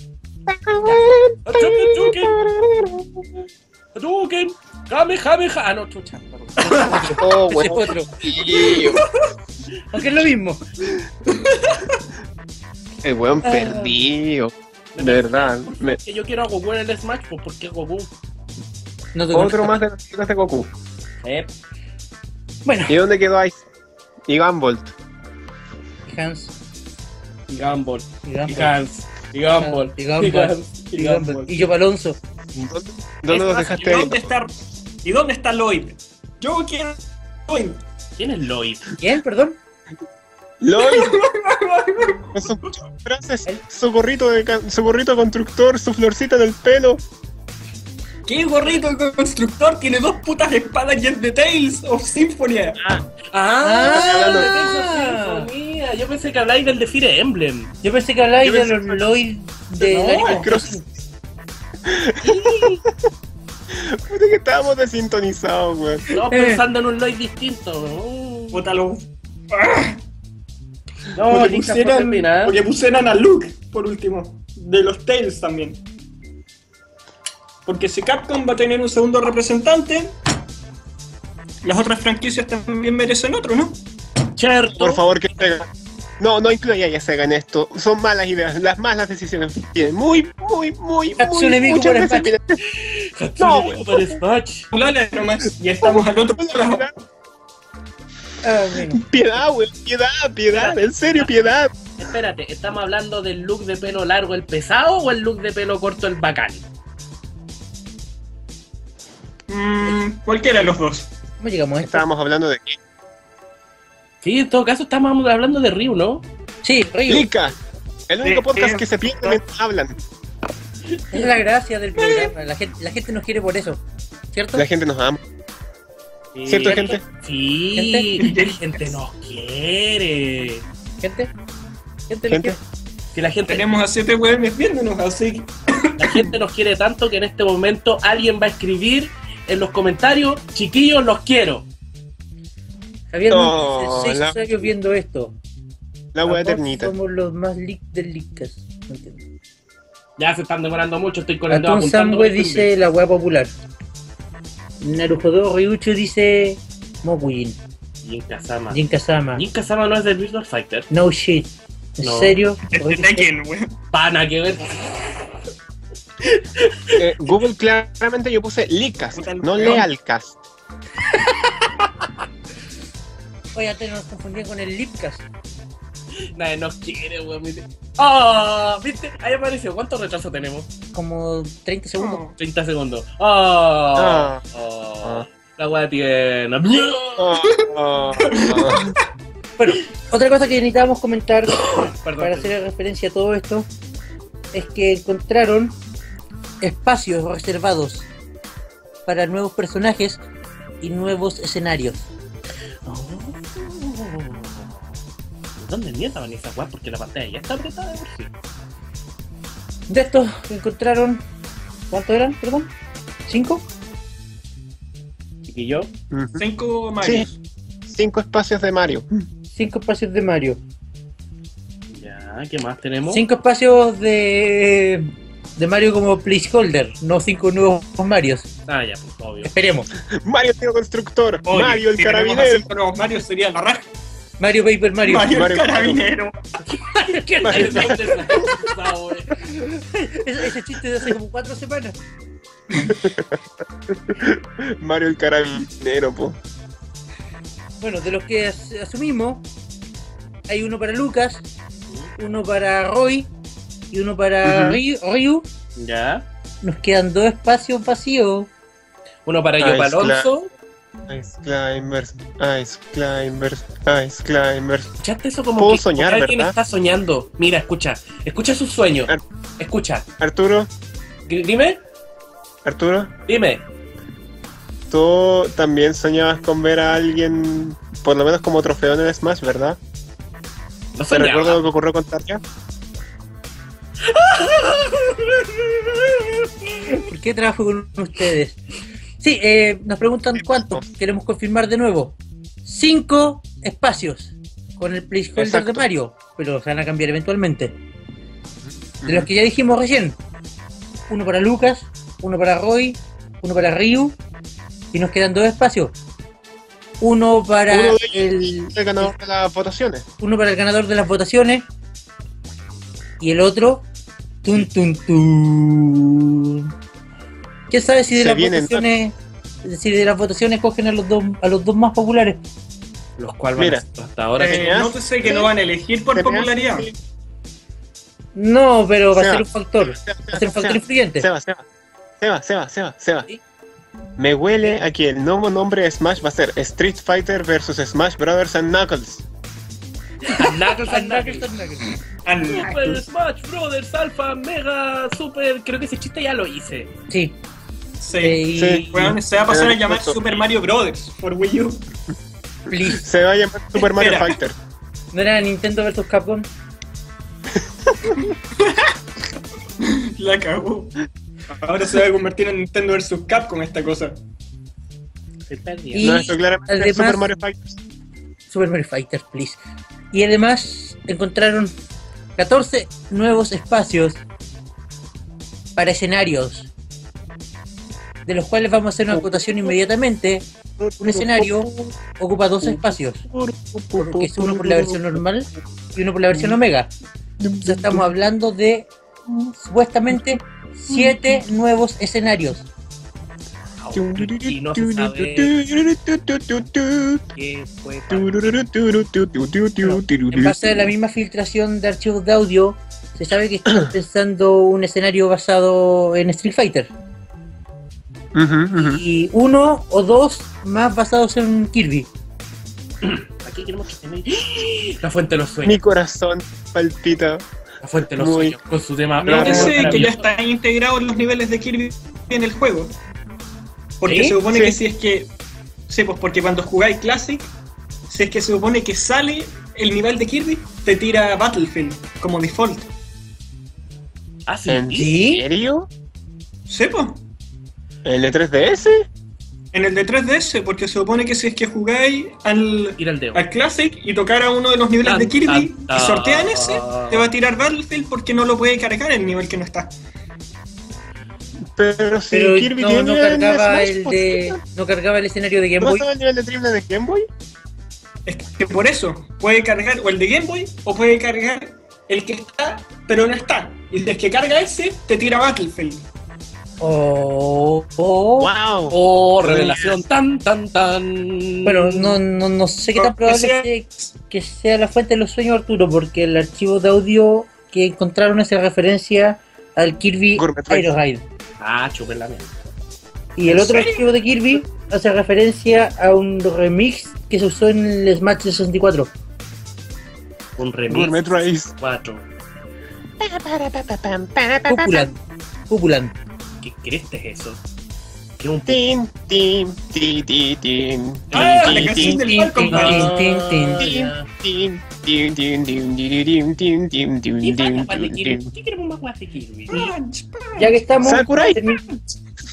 [SPEAKER 2] ¡Hadouken! ¡Jame, jame, ja! Ah, no, chucha.
[SPEAKER 4] Oh,
[SPEAKER 1] Ese es
[SPEAKER 4] bueno.
[SPEAKER 1] otro, aunque es lo mismo.
[SPEAKER 4] El weón perdido. De verdad. me-
[SPEAKER 2] Que yo quiero a Goku en el Smash, pues porque Goku.
[SPEAKER 1] No te
[SPEAKER 4] Otro
[SPEAKER 1] conozco.
[SPEAKER 4] más de las chicas de Goku.
[SPEAKER 2] Eh,
[SPEAKER 1] Bueno,
[SPEAKER 4] ¿Y dónde quedó Ice? Y Gambolt.
[SPEAKER 1] Hans
[SPEAKER 2] y Gumball.
[SPEAKER 1] y Gamble.
[SPEAKER 2] Y Hans. Y Gumball.
[SPEAKER 1] Y Gumball.
[SPEAKER 2] Y Hans.
[SPEAKER 1] y
[SPEAKER 2] Y
[SPEAKER 1] Gamble.
[SPEAKER 2] Gumball.
[SPEAKER 1] Y yo, Alonso.
[SPEAKER 4] ¿Dónde, dónde los
[SPEAKER 3] Es más,
[SPEAKER 4] dejaste
[SPEAKER 3] ¿y
[SPEAKER 4] ahí?
[SPEAKER 3] dónde está, ¿Y dónde está Lloyd? Yo quiero Lloyd.
[SPEAKER 2] ¿Quién es Lloyd?
[SPEAKER 1] ¿Quién? Perdón.
[SPEAKER 4] LOL. Con sus frases. Su gorrito, de, ca- su gorrito constructor, su florcita en el pelo.
[SPEAKER 3] ¿Qué gorrito constructor tiene dos putas espadas y es de Tales of Symphony?
[SPEAKER 2] Ah,
[SPEAKER 3] Ah,
[SPEAKER 1] Ah.
[SPEAKER 2] Mira, yo pensé que habláis del de Fire Emblem.
[SPEAKER 1] Yo pensé que hablabais
[SPEAKER 4] Yo
[SPEAKER 1] de
[SPEAKER 4] pensé
[SPEAKER 1] los Lloyd de
[SPEAKER 3] No, eh.
[SPEAKER 1] Animal
[SPEAKER 4] el cross.
[SPEAKER 1] Crossing.
[SPEAKER 4] Puta que estábamos desintonizados, weón.
[SPEAKER 2] Estamos
[SPEAKER 1] Eh.
[SPEAKER 2] pensando en un Lloyd distinto. Uh.
[SPEAKER 3] Bótalo.
[SPEAKER 2] No,
[SPEAKER 3] porque,
[SPEAKER 2] Lisa fue
[SPEAKER 3] pusieran,
[SPEAKER 2] terminada.
[SPEAKER 3] porque pusieran a Luke, por último. De los Tales también. Porque si Capcom va a tener un segundo representante, las otras franquicias también merecen otro, ¿no?
[SPEAKER 2] Cierto.
[SPEAKER 4] Por favor, que Sega. No, no incluya ya Sega en esto. Son malas ideas. Las malas decisiones. Tienen Muy, muy, muy,
[SPEAKER 1] Hatsune
[SPEAKER 4] muy,
[SPEAKER 1] Miku
[SPEAKER 4] muchas
[SPEAKER 1] para Smash.
[SPEAKER 4] veces. vienen-
[SPEAKER 2] No,
[SPEAKER 4] No,
[SPEAKER 2] güey, para Smash.
[SPEAKER 3] Lala nomás. Y estamos al otro lado.
[SPEAKER 1] Ah, bueno.
[SPEAKER 4] Piedad, weón. Piedad, piedad. En serio, piedad.
[SPEAKER 2] Espérate, ¿estamos hablando del look de pelo largo el pesado o el look de pelo corto el bacán?
[SPEAKER 3] Mm, cualquiera de los dos.
[SPEAKER 1] ¿Cómo llegamos a esto?
[SPEAKER 4] Estábamos hablando de
[SPEAKER 2] Sí, en todo caso estamos hablando de Ryu, ¿no?
[SPEAKER 1] Sí, Río.
[SPEAKER 4] Lica, el único
[SPEAKER 3] Sí,
[SPEAKER 4] podcast
[SPEAKER 3] sí.
[SPEAKER 4] que se pierde mientras hablan.
[SPEAKER 1] Esa es la gracia del programa. La gente, la gente nos quiere por eso. ¿Cierto?
[SPEAKER 4] La gente nos ama.
[SPEAKER 2] Sí.
[SPEAKER 4] ¿Cierto, gente?
[SPEAKER 2] Sí,
[SPEAKER 1] ¿Gente?
[SPEAKER 2] la gente nos quiere.
[SPEAKER 1] Gente. Gente.
[SPEAKER 4] Gente.
[SPEAKER 1] nos
[SPEAKER 2] Si la gente,
[SPEAKER 3] Tenemos a siete hueones viéndonos, así que
[SPEAKER 2] la gente nos quiere tanto que en este momento alguien va a escribir en los comentarios, chiquillos, los quiero.
[SPEAKER 1] quiere. Javier,
[SPEAKER 4] No,
[SPEAKER 1] no, seis
[SPEAKER 4] la-
[SPEAKER 1] años viendo esto.
[SPEAKER 4] La
[SPEAKER 1] Amor,
[SPEAKER 4] wea eternita.
[SPEAKER 1] Somos los más leak del leakcast. No entiendo.
[SPEAKER 2] Ya se están demorando mucho, estoy con el dedo
[SPEAKER 1] Atún
[SPEAKER 2] apuntando.
[SPEAKER 1] Samwe dice la weá popular. Narujodo Ryuchu dice Mokujin.
[SPEAKER 2] Jin Kazama.
[SPEAKER 1] Jin Kazama.
[SPEAKER 2] Jin Kazama no es del Virtual Fighter.
[SPEAKER 1] No shit. ¿En
[SPEAKER 2] No.
[SPEAKER 1] serio?
[SPEAKER 3] Este Tekken, weón.
[SPEAKER 2] Pana que ver.
[SPEAKER 4] Eh, Google claramente yo puse Licast,
[SPEAKER 3] Puta, el
[SPEAKER 4] no
[SPEAKER 3] weón.
[SPEAKER 4] Lealcast.
[SPEAKER 1] Oye, antes nos confundían con el Lipcast.
[SPEAKER 2] Nadie nos quiere, weón. mire. ¡Ah! ¿Viste? Ahí apareció. ¿Cuánto retraso tenemos?
[SPEAKER 1] Como 30 segundos.
[SPEAKER 2] 30 segundos.
[SPEAKER 3] Oh.
[SPEAKER 2] ¡Ah! ¡Ah! La weá tiene.
[SPEAKER 4] Oh, oh, oh.
[SPEAKER 1] Bueno, otra cosa que necesitábamos comentar para
[SPEAKER 2] Perdón.
[SPEAKER 1] hacer referencia a todo esto es que encontraron espacios reservados para nuevos personajes y nuevos escenarios.
[SPEAKER 2] Oh. ¿Dónde mierda van esas weas? Porque la pantalla ya está apretada de por sí.
[SPEAKER 1] De estos encontraron. ¿Cuántos eran? Perdón. ¿Cinco?
[SPEAKER 2] Chiquillo.
[SPEAKER 4] Ujú.
[SPEAKER 3] Cinco Mario.
[SPEAKER 4] Sí, cinco espacios de Mario.
[SPEAKER 1] Cinco espacios de Mario.
[SPEAKER 2] Ya, ¿qué más tenemos?
[SPEAKER 1] Cinco espacios de. de Mario como placeholder, no cinco nuevos Marios.
[SPEAKER 2] Ah, ya, pues obvio.
[SPEAKER 1] Esperemos.
[SPEAKER 4] Mario el tío constructor,
[SPEAKER 3] Oye,
[SPEAKER 4] Mario el
[SPEAKER 3] si tenemos a
[SPEAKER 4] carabinero,
[SPEAKER 3] cinco nuevos Mario sería la raja.
[SPEAKER 1] Mario Paper Mario.
[SPEAKER 3] Mario, el
[SPEAKER 4] Mario.
[SPEAKER 3] carabinero.
[SPEAKER 2] ¿Qué
[SPEAKER 4] Mario.
[SPEAKER 1] Ese, ese chiste de hace como cuatro semanas.
[SPEAKER 4] Mario el carabinero, po.
[SPEAKER 1] Bueno, de los que as- asumimos, hay uno para Lucas, uno para Roy y uno para
[SPEAKER 4] Ujú.
[SPEAKER 1] Ryu, Ryu.
[SPEAKER 2] Ya.
[SPEAKER 1] Nos quedan dos espacios vacíos.
[SPEAKER 2] Uno para
[SPEAKER 4] Ah,
[SPEAKER 2] yo,
[SPEAKER 4] es
[SPEAKER 2] Alonso.
[SPEAKER 4] Ice Climbers, Ice Climbers, Ice Climbers.
[SPEAKER 2] ¿Escuchaste eso como
[SPEAKER 4] Puedo
[SPEAKER 2] que
[SPEAKER 4] soñar,
[SPEAKER 2] como que alguien
[SPEAKER 4] ¿verdad?
[SPEAKER 2] está soñando? Mira, escucha, escucha sus sueños.
[SPEAKER 4] Ar-
[SPEAKER 2] Escucha,
[SPEAKER 4] Arturo,
[SPEAKER 2] Gr- dime,
[SPEAKER 4] Arturo,
[SPEAKER 2] dime.
[SPEAKER 4] tú también soñabas con ver a alguien, por lo menos como trofeo en el Smash, ¿verdad?
[SPEAKER 2] No
[SPEAKER 4] ¿Te
[SPEAKER 2] soñaba.
[SPEAKER 4] recuerdo lo que ocurrió con Tarja?
[SPEAKER 1] ¿Por qué trabajo con ustedes? Sí, eh, nos preguntan cuánto. Queremos confirmar de nuevo. Cinco espacios con el placeholder
[SPEAKER 4] Exacto.
[SPEAKER 1] de Mario, pero se van a cambiar eventualmente. De los que ya dijimos recién. Uno para Lucas, uno para Roy, uno para Ryu. Y nos quedan dos espacios. Uno para
[SPEAKER 4] Uno de ellos
[SPEAKER 1] el
[SPEAKER 4] El ganador de las votaciones.
[SPEAKER 1] uno para el ganador de las votaciones y el otro tun tun tun ¿Quién sabe si de
[SPEAKER 4] Se
[SPEAKER 1] las
[SPEAKER 4] vienen,
[SPEAKER 1] votaciones si de las votaciones cogen a los dos a los dos más populares?
[SPEAKER 2] Los cuales van a
[SPEAKER 4] Mira.
[SPEAKER 2] ser hasta ahora.
[SPEAKER 4] Eh,
[SPEAKER 2] que-
[SPEAKER 3] No sé que no van a elegir por
[SPEAKER 4] ¿Te parece?
[SPEAKER 3] popularidad.
[SPEAKER 1] No, pero va a
[SPEAKER 4] Seba.
[SPEAKER 1] ser un factor, va a ser un factor influyente.
[SPEAKER 4] Seba, Seba, Seba, Seba, Seba, Seba.
[SPEAKER 1] ¿Sí?
[SPEAKER 4] Me huele a que el nuevo nombre de Smash va a ser Street Fighter vs Smash Brothers and Knuckles.
[SPEAKER 2] Knuckles and Knuckles.
[SPEAKER 3] Al-
[SPEAKER 2] Super Smash Brothers Alpha Mega Super. Creo que ese chiste ya lo hice.
[SPEAKER 1] Sí. eh,
[SPEAKER 3] Sí.
[SPEAKER 1] y-
[SPEAKER 4] Sí.
[SPEAKER 3] Weón, se va a pasar a llamar
[SPEAKER 4] Perfecto.
[SPEAKER 3] Super Mario Brothers por Wii U.
[SPEAKER 1] please.
[SPEAKER 4] Se va a llamar Super Mario
[SPEAKER 3] Espera.
[SPEAKER 4] Fighter.
[SPEAKER 1] ¿No era Nintendo versus Capcom?
[SPEAKER 3] La cagó. Ahora se va a convertir en Nintendo vs. Capcom esta cosa.
[SPEAKER 1] Y-
[SPEAKER 4] no, esto claramente es
[SPEAKER 1] además-
[SPEAKER 4] Super Mario Fighter.
[SPEAKER 1] Super Mario Fighter, please. Y además encontraron 14 nuevos espacios para escenarios, de los cuales vamos a hacer una votación inmediatamente. Un escenario ocupa dos espacios, que es uno por la versión normal y uno por la versión Omega. O sea, estamos hablando de supuestamente 7 nuevos escenarios.
[SPEAKER 2] Oh, Y no se sabe qué fue.
[SPEAKER 1] En base a la misma filtración de archivos de audio, se sabe que están pensando un escenario basado en Street Fighter.
[SPEAKER 4] Ujú, ujú.
[SPEAKER 1] y uno o dos más basados en Kirby.
[SPEAKER 2] Aquí queremos que se me- ¡Ah! La fuente de los sueños.
[SPEAKER 4] Mi corazón palpita.
[SPEAKER 2] La fuente de los
[SPEAKER 4] Muy-
[SPEAKER 2] sueños. Con su tema.
[SPEAKER 3] No
[SPEAKER 4] Claro.
[SPEAKER 3] dice que ya
[SPEAKER 2] maravilloso.
[SPEAKER 3] están integrados los niveles de Kirby en el juego. Porque
[SPEAKER 2] ¿Sí?
[SPEAKER 3] se supone
[SPEAKER 4] Sí.
[SPEAKER 3] que si es que. Sí, pues porque cuando jugáis Classic, si es que se supone que sale el nivel de Kirby, te tira Battlefield como default.
[SPEAKER 2] Ah, sí.
[SPEAKER 4] ¿En serio?
[SPEAKER 3] Sí, pues.
[SPEAKER 4] ¿El E de 3DS?
[SPEAKER 3] En el de 3DS, porque se supone que si es que jugáis al,
[SPEAKER 2] Ir al dedo.
[SPEAKER 3] al Classic y tocara uno de los niveles de Kirby
[SPEAKER 2] Tan, tan,
[SPEAKER 3] y sortean ese,
[SPEAKER 2] tan.
[SPEAKER 3] te va a tirar Battlefield porque no lo puede cargar el nivel que no está.
[SPEAKER 4] Pero si
[SPEAKER 1] Pero
[SPEAKER 4] Kirby
[SPEAKER 1] no,
[SPEAKER 4] tiene
[SPEAKER 1] no
[SPEAKER 4] en
[SPEAKER 1] cargaba
[SPEAKER 4] Smash,
[SPEAKER 1] el
[SPEAKER 4] ¿por
[SPEAKER 1] de,
[SPEAKER 4] qué
[SPEAKER 1] no cargaba el escenario de Game
[SPEAKER 4] ¿No
[SPEAKER 1] Boy.
[SPEAKER 4] estaba el nivel de triple de Game Boy?
[SPEAKER 3] Es que por eso puede cargar o el de Game Boy o puede cargar el que está, pero no está. Y si es que carga ese, te tira Battlefield.
[SPEAKER 1] O, o-
[SPEAKER 4] ¡Wow!
[SPEAKER 2] Oh, revelación. Tan, tan, tan.
[SPEAKER 1] bueno, no, no, no sé qué tan probable que, que sea la fuente de los sueños Arturo, porque el archivo de audio que encontraron hace referencia al Kirby
[SPEAKER 4] Gourmet
[SPEAKER 1] Aero Ride.
[SPEAKER 2] Ah, chupen la mierda.
[SPEAKER 1] Y el otro archivo de Kirby hace referencia a un remix que se usó en el Smash 64.
[SPEAKER 2] Un
[SPEAKER 4] Gourmet
[SPEAKER 2] remix.
[SPEAKER 4] Rice.
[SPEAKER 2] 4.
[SPEAKER 1] Cupulan. Cupulan.
[SPEAKER 2] ¿Qué crees que es eso? ¿Qué es un
[SPEAKER 4] Tin, tin, ti, ti, tin.
[SPEAKER 3] Ah, la
[SPEAKER 4] tin, tin,
[SPEAKER 3] canción
[SPEAKER 4] tin,
[SPEAKER 3] del
[SPEAKER 1] tin,
[SPEAKER 3] Falcon
[SPEAKER 1] tin,
[SPEAKER 3] Punch.
[SPEAKER 1] tin.
[SPEAKER 2] Ah, ya.
[SPEAKER 4] tin, tin, tin, tin, tin, tin, tin, tin, tin,
[SPEAKER 2] ¿Qué pasa,
[SPEAKER 4] tin, tin,
[SPEAKER 2] Juan de
[SPEAKER 4] tin,
[SPEAKER 2] Kirby?
[SPEAKER 4] tin.
[SPEAKER 2] ¿Qué queremos más guas de Kirby?
[SPEAKER 3] Punch, punch.
[SPEAKER 1] Ya que estamos.
[SPEAKER 4] Sakurai.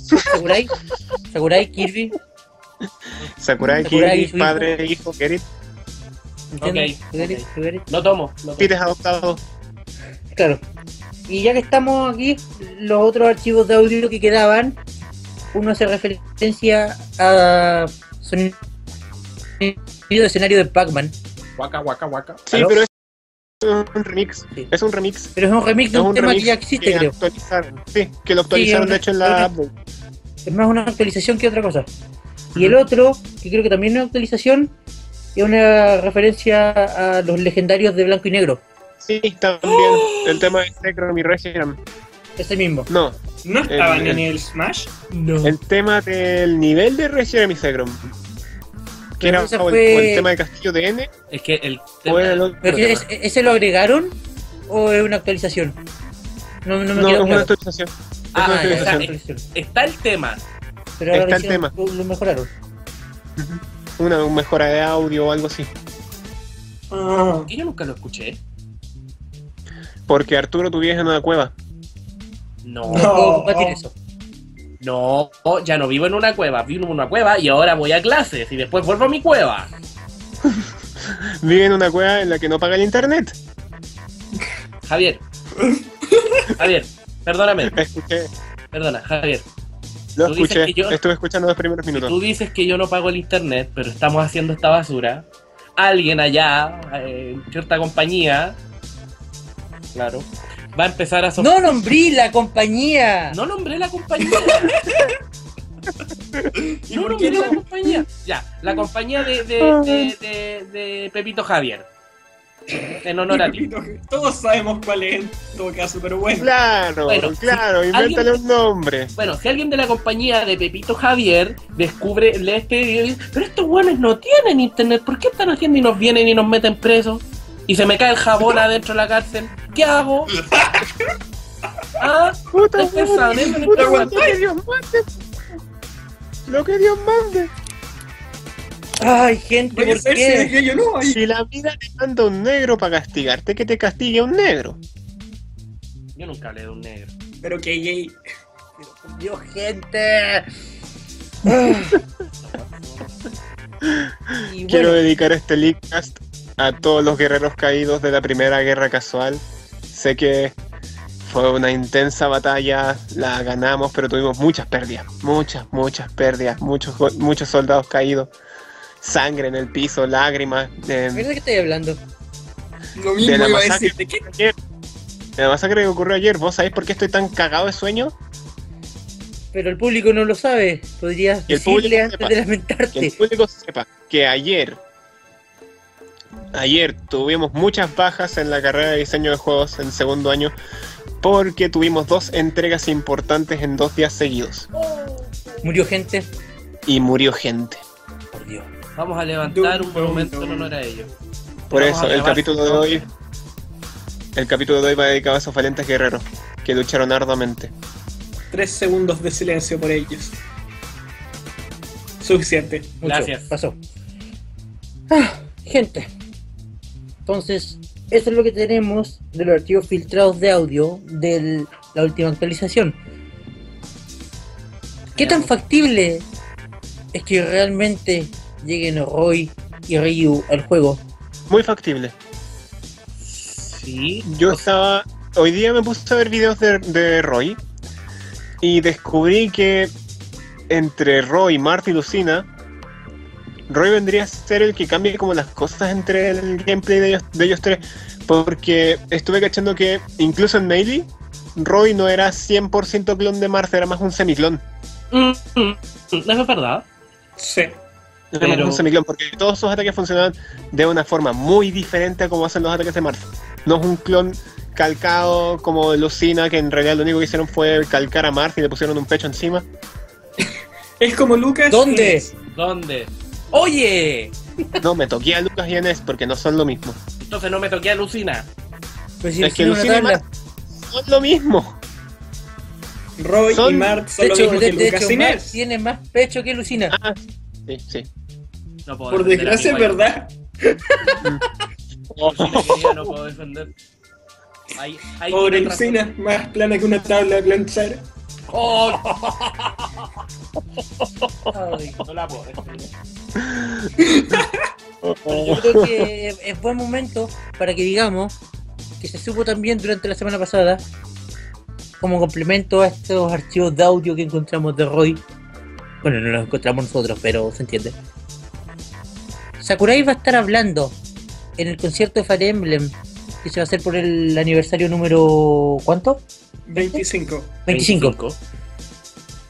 [SPEAKER 1] Sakurai. Sakurai, Kirby.
[SPEAKER 4] Sakurai
[SPEAKER 1] Sakurai y su
[SPEAKER 4] Kirby, padre, hijo, querido.
[SPEAKER 1] Nintendo,
[SPEAKER 2] Ok,
[SPEAKER 1] Sakurai,
[SPEAKER 2] ok.
[SPEAKER 1] Sakurai,
[SPEAKER 2] No tomo. No tomo.
[SPEAKER 4] Pires adoptado.
[SPEAKER 1] Claro. Y ya que estamos aquí, los otros archivos de audio que quedaban, uno hace referencia a sonido de escenario de Pac-Man,
[SPEAKER 2] Guaca, guaca, guaca.
[SPEAKER 4] Sí,
[SPEAKER 1] ¿Aló?
[SPEAKER 4] pero es un remix.
[SPEAKER 1] Sí.
[SPEAKER 4] Es un remix.
[SPEAKER 1] pero es un remix de
[SPEAKER 4] Es
[SPEAKER 1] un, tema que
[SPEAKER 4] remix
[SPEAKER 1] ya existe, creo.
[SPEAKER 4] actualizaron. Sí, que lo actualizaron,
[SPEAKER 1] una-
[SPEAKER 4] de hecho, en
[SPEAKER 1] una-
[SPEAKER 4] la update.
[SPEAKER 1] Es más una actualización que otra cosa. Y el otro, que creo que también es una actualización, es una referencia a los legendarios de blanco y negro.
[SPEAKER 4] Sí, también. El tema de Necrom y Regiram.
[SPEAKER 1] Ese mismo.
[SPEAKER 4] No,
[SPEAKER 3] ¿No estaban
[SPEAKER 4] El-
[SPEAKER 3] en el Smash?
[SPEAKER 2] No.
[SPEAKER 4] el tema del nivel de Regiram y Necrom. que era
[SPEAKER 1] esa
[SPEAKER 4] o el,
[SPEAKER 1] fue-
[SPEAKER 4] o el tema de Castillo de N
[SPEAKER 2] Es que el
[SPEAKER 4] o era el
[SPEAKER 2] tema-
[SPEAKER 4] otro
[SPEAKER 1] ¿Pero qué
[SPEAKER 4] tema.
[SPEAKER 1] es- ¿Ese lo agregaron o es una actualización? No, no me
[SPEAKER 4] No, es
[SPEAKER 1] quedó
[SPEAKER 4] una
[SPEAKER 1] claro.
[SPEAKER 4] actualización.
[SPEAKER 2] Ah,
[SPEAKER 4] Es una
[SPEAKER 2] ya,
[SPEAKER 1] ya,
[SPEAKER 4] actualización.
[SPEAKER 2] está. está el tema.
[SPEAKER 1] Pero ahora
[SPEAKER 4] está el
[SPEAKER 1] hicieron-
[SPEAKER 4] tema.
[SPEAKER 1] Lo, lo mejoraron.
[SPEAKER 4] Una mejora de audio o algo así.
[SPEAKER 3] Ah,
[SPEAKER 2] Que yo nunca lo escuché.
[SPEAKER 4] Porque Arturo tu vieja en una cueva.
[SPEAKER 1] No,
[SPEAKER 3] No.
[SPEAKER 2] No,
[SPEAKER 1] puedo combatir eso.
[SPEAKER 2] no, ya no vivo en una cueva. Vivo en una cueva y ahora voy a clases y después vuelvo a mi cueva.
[SPEAKER 4] Vive en una cueva en la que no paga el internet.
[SPEAKER 2] Javier. Javier, perdóname.
[SPEAKER 4] Escuché,
[SPEAKER 2] Perdona, Javier.
[SPEAKER 4] lo
[SPEAKER 2] Tú dices
[SPEAKER 4] escuché,
[SPEAKER 2] que yo-
[SPEAKER 4] estuve escuchando los primeros minutos.
[SPEAKER 2] Tú dices que yo no pago el internet, pero estamos haciendo esta basura. Alguien allá, eh, en cierta compañía, claro, va a empezar a sospechar.
[SPEAKER 1] No nombré la compañía.
[SPEAKER 2] No nombré la compañía.
[SPEAKER 3] ¿Y
[SPEAKER 2] no
[SPEAKER 3] por
[SPEAKER 2] nombré
[SPEAKER 3] qué no?
[SPEAKER 2] la compañía. Ya, la compañía de, de, de, de- de Pepito Javier. En honor a ti.
[SPEAKER 3] Todos sabemos cuál es en todo caso, pero bueno.
[SPEAKER 4] Claro,
[SPEAKER 2] Bueno,
[SPEAKER 4] claro,
[SPEAKER 2] si
[SPEAKER 4] invéntale
[SPEAKER 2] alguien-
[SPEAKER 4] un nombre.
[SPEAKER 2] Bueno, si alguien de la compañía de Pepito Javier descubre, lee este video y dice, pero estos buenos no tienen internet, ¿por qué están haciendo y nos vienen y nos meten presos? Y se me cae el jabón adentro de la cárcel, ¿qué hago? ¿Ah?
[SPEAKER 4] Puta
[SPEAKER 2] Estoy
[SPEAKER 4] madre,
[SPEAKER 2] pensando en el
[SPEAKER 4] puta
[SPEAKER 2] trabajo.
[SPEAKER 4] madre, lo que Dios mande. Lo que Dios mande.
[SPEAKER 1] Ay, gente,
[SPEAKER 3] Voy a
[SPEAKER 1] ¿por
[SPEAKER 3] ser si
[SPEAKER 1] qué?
[SPEAKER 3] dejé yo no. ahí.
[SPEAKER 4] Si la vida te manda un negro para castigarte, que te castigue un negro.
[SPEAKER 2] Yo nunca hablé de un negro.
[SPEAKER 3] Pero que gay.
[SPEAKER 1] Dios, gente. Ah, y bueno,
[SPEAKER 4] Quiero dedicar este leadcast a todos los guerreros caídos de la Primera Guerra Casual. Sé que fue una intensa batalla, la ganamos, pero tuvimos muchas pérdidas, muchas, muchas pérdidas, muchos, go- muchos soldados caídos, sangre en el piso, lágrimas. eh,
[SPEAKER 1] ¿verdad que estoy hablando?
[SPEAKER 3] Lo
[SPEAKER 4] de
[SPEAKER 3] mismo
[SPEAKER 4] la
[SPEAKER 3] iba a
[SPEAKER 4] masacre
[SPEAKER 3] decir. ¿De qué?
[SPEAKER 4] ayer. De la masacre que ocurrió ayer, ¿vos sabéis por qué estoy tan cagado de sueño?
[SPEAKER 1] Pero el público no lo sabe. Podrías
[SPEAKER 4] Que el
[SPEAKER 1] decirle
[SPEAKER 4] público
[SPEAKER 1] antes de
[SPEAKER 4] sepa. que el
[SPEAKER 1] lamentarte.
[SPEAKER 4] público sepa que ayer ayer tuvimos muchas bajas en la carrera de diseño de juegos en segundo año porque tuvimos dos entregas importantes en dos días seguidos
[SPEAKER 1] Murió gente.
[SPEAKER 4] y murió gente.
[SPEAKER 1] Por Dios.
[SPEAKER 2] Vamos a levantar un
[SPEAKER 3] Dum, dum,
[SPEAKER 2] monumento en
[SPEAKER 3] dum.
[SPEAKER 2] honor a ellos.
[SPEAKER 4] Por
[SPEAKER 2] Vamos
[SPEAKER 4] eso
[SPEAKER 2] a
[SPEAKER 4] el
[SPEAKER 2] grabar.
[SPEAKER 4] capítulo de hoy el capítulo de hoy va dedicado a esos valientes guerreros que lucharon arduamente.
[SPEAKER 3] Tres segundos de silencio por ellos. Suficiente.
[SPEAKER 1] Mucho.
[SPEAKER 2] Gracias.
[SPEAKER 1] Pasó. Ah, gente. Entonces, eso es lo que tenemos de los archivos filtrados de audio de la última actualización. ¿Qué tan factible es que realmente lleguen Roy y Ryu al juego?
[SPEAKER 4] Muy factible.
[SPEAKER 2] Sí.
[SPEAKER 4] Yo estaba. Hoy día me puse a ver videos de, de Roy y descubrí que entre Roy, Marty y Lucina, Roy vendría a ser el que cambie como las cosas entre el gameplay de ellos, de ellos tres. Porque estuve cachando que incluso en Melee, Roy no era 100% clon de Marty, era más un semiclon.
[SPEAKER 2] Mm, mm, mm, eso es verdad.
[SPEAKER 3] Sí.
[SPEAKER 4] Era más
[SPEAKER 2] Pero-
[SPEAKER 4] un semiclon, porque todos sus ataques funcionaban de una forma muy diferente a como hacen los ataques de Marth. No es un clon calcado como de Lucina, que en realidad lo único que hicieron fue calcar a Marth y le pusieron un pecho encima.
[SPEAKER 3] Es como Lucas. eh,
[SPEAKER 1] ¿Dónde?
[SPEAKER 3] es-
[SPEAKER 2] ¿Dónde? ¡Oye!
[SPEAKER 4] No, me toqué a Lucas y a Ness porque no son lo mismo.
[SPEAKER 2] Entonces no me toqué a Lucina.
[SPEAKER 1] Pues si
[SPEAKER 4] Es que
[SPEAKER 1] hicieron una
[SPEAKER 4] Lucina
[SPEAKER 1] tabla.
[SPEAKER 4] Son lo mismo.
[SPEAKER 3] Roy y
[SPEAKER 4] Son-
[SPEAKER 3] Mart
[SPEAKER 1] De
[SPEAKER 3] son lo
[SPEAKER 1] hecho,
[SPEAKER 3] mismo
[SPEAKER 1] de-
[SPEAKER 3] que
[SPEAKER 1] de
[SPEAKER 3] Lucas
[SPEAKER 1] hecho,
[SPEAKER 3] y
[SPEAKER 1] Max
[SPEAKER 3] Ness.
[SPEAKER 1] tiene más pecho que Lucina.
[SPEAKER 4] Ah, sí, sí.
[SPEAKER 2] No puedo
[SPEAKER 3] Por
[SPEAKER 2] defender a mi
[SPEAKER 3] desgracia es
[SPEAKER 2] guayo.
[SPEAKER 3] verdad.
[SPEAKER 2] Lucina querida, no puedo defender. Hay, hay
[SPEAKER 3] Pobre
[SPEAKER 2] una razón.
[SPEAKER 3] Lucina, más plana que una tabla de planchar.
[SPEAKER 2] Oh,
[SPEAKER 3] Ah.
[SPEAKER 1] Ay.
[SPEAKER 2] no la puedo defender.
[SPEAKER 1] Yo creo que es- es buen momento para que digamos que se supo también durante la semana pasada, como complemento a estos archivos de audio que encontramos de Roy. Bueno, no los encontramos nosotros, pero se entiende. Sakurai va a estar hablando en el concierto de Fire Emblem que se va a hacer por el aniversario número. ¿Cuánto?
[SPEAKER 3] 25.
[SPEAKER 1] 25.